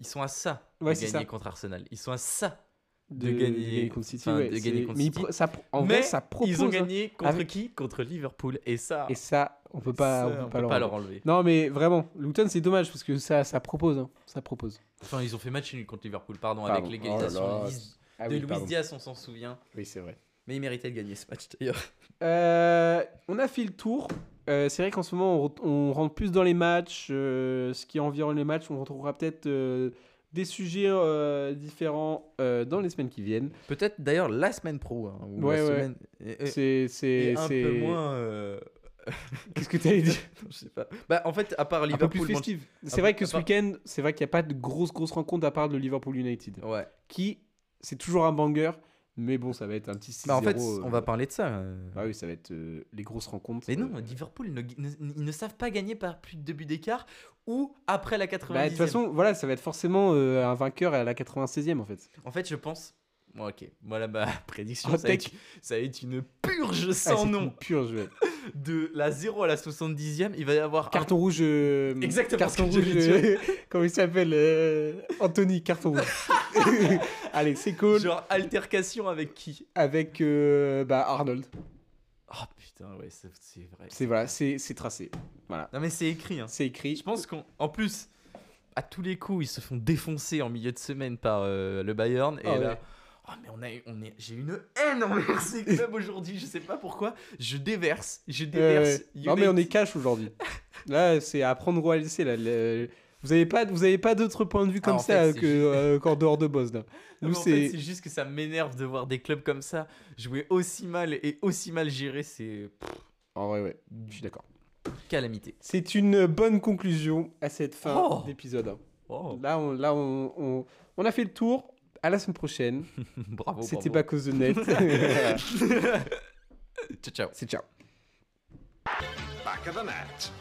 Ils sont à ça
Ouais,
de
c'est
gagner
ça.
contre Arsenal. Ils sont à ça. De gagner-
contre City.
enfin,
ouais,
de
c'est-
gagner contre
mais il
City.
pro- ça, pro- en
Mais
vrai, ça propose.
Ils ont
hein.
gagné contre
Avec-
qui Contre Liverpool. Et ça.
Et ça, on peut pas,
ça,
on peut pas,
peut
leur
pas
enlever.
leur enlever.
Non, mais vraiment, Luton, c'est dommage parce que ça, ça propose. hein. Ça propose.
Enfin, ils ont fait match nul contre Liverpool, pardon,
Pardon.
avec l'égalisation
Oh là là.
de Luis-
Ah
de
oui,
Luis
pardon.
Diaz, on s'en souvient.
Oui, c'est vrai.
Mais il méritait de gagner ce match d'ailleurs.
Euh, on a fait le tour. Euh, c'est vrai qu'en ce moment, on, re- on rentre plus dans les matchs, euh, ce qui environne les matchs. On retrouvera peut-être euh, des sujets euh, différents euh, dans les semaines qui viennent.
Peut-être d'ailleurs la semaine pro. hein, ou
Ouais,
la
ouais.
semaine- et- et-
C'est, c'est,
et un
c'est-
peu moins. euh,
Qu'est-ce que t'allais dire
je sais pas. Bah, en fait, à part
Un peu plus
Liverpool. Man-
festif.
un
C'est
peu-
vrai que
à
ce
part-
week-end, c'est vrai qu'il n'y a pas de grosse grosse rencontre à part de Liverpool United,
Ouais.
qui c'est toujours un banger, mais bon, ça va être un petit 6-0.
Bah, en fait,
euh,
on va parler de ça. euh.
Bah oui, ça va être euh, les grosses rencontres.
Mais
euh,
non, Liverpool, ne- ne- ils ne savent pas gagner par plus de deux buts d'écart ou après la 90e.
Bah, de toute façon, voilà, ça va être forcément euh, un vainqueur à la 96e en fait.
En fait, je pense. Bon, ok. Voilà ma prédiction.
En
Ça va,
tech.
être, ça va être une purge
Ah,
sans
c'est
nom.
une Purge, ouais.
De la 0 à la 70e, il va y avoir un
Carton rouge. euh,
Exactement
Carton
ce que
rouge.
j'allais
euh, comment il s'appelle euh, Anthony, carton rouge. Allez, c'est cool.
Genre altercation avec qui
Avec euh, bah, Arnold.
Oh putain, ouais, c'est- c'est vrai.
C'est voilà, c'est c'est tracé. Voilà.
Non mais c'est écrit. Hein.
C'est écrit.
Je pense qu'en en plus, à tous les coups, ils se font défoncer en milieu de semaine par euh, le Bayern. Et
Ah ouais.
là, oh, mais on a, eu- on est, j'ai une haine envers ces clubs aujourd'hui. Je sais pas pourquoi. Je déverse, je
Euh,
déverse.
non, mais on est
United-
cash aujourd'hui. Là, c'est à prendre au LC. Là, le- Vous avez pas, vous avez pas d'autres points de vue comme
Ah, en
ça
fait,
que
c'est
euh, qu'en dehors de Boss. là.
Non,
Nous,
mais en fait,
c'est
c'est juste que ça m'énerve de voir des clubs comme ça jouer aussi mal et aussi mal gérés. C'est pff,
en vrai, Ah, ouais. Je suis d'accord.
calamité.
C'est une bonne conclusion à cette fin
Oh.
d'épisode.
Oh,
Là, on, là on, on- on a fait le tour. À la semaine prochaine.
bravo.
C'était Back
bravo.
of the Net.
Ciao, ciao.
C'est ciao.
Back of the net.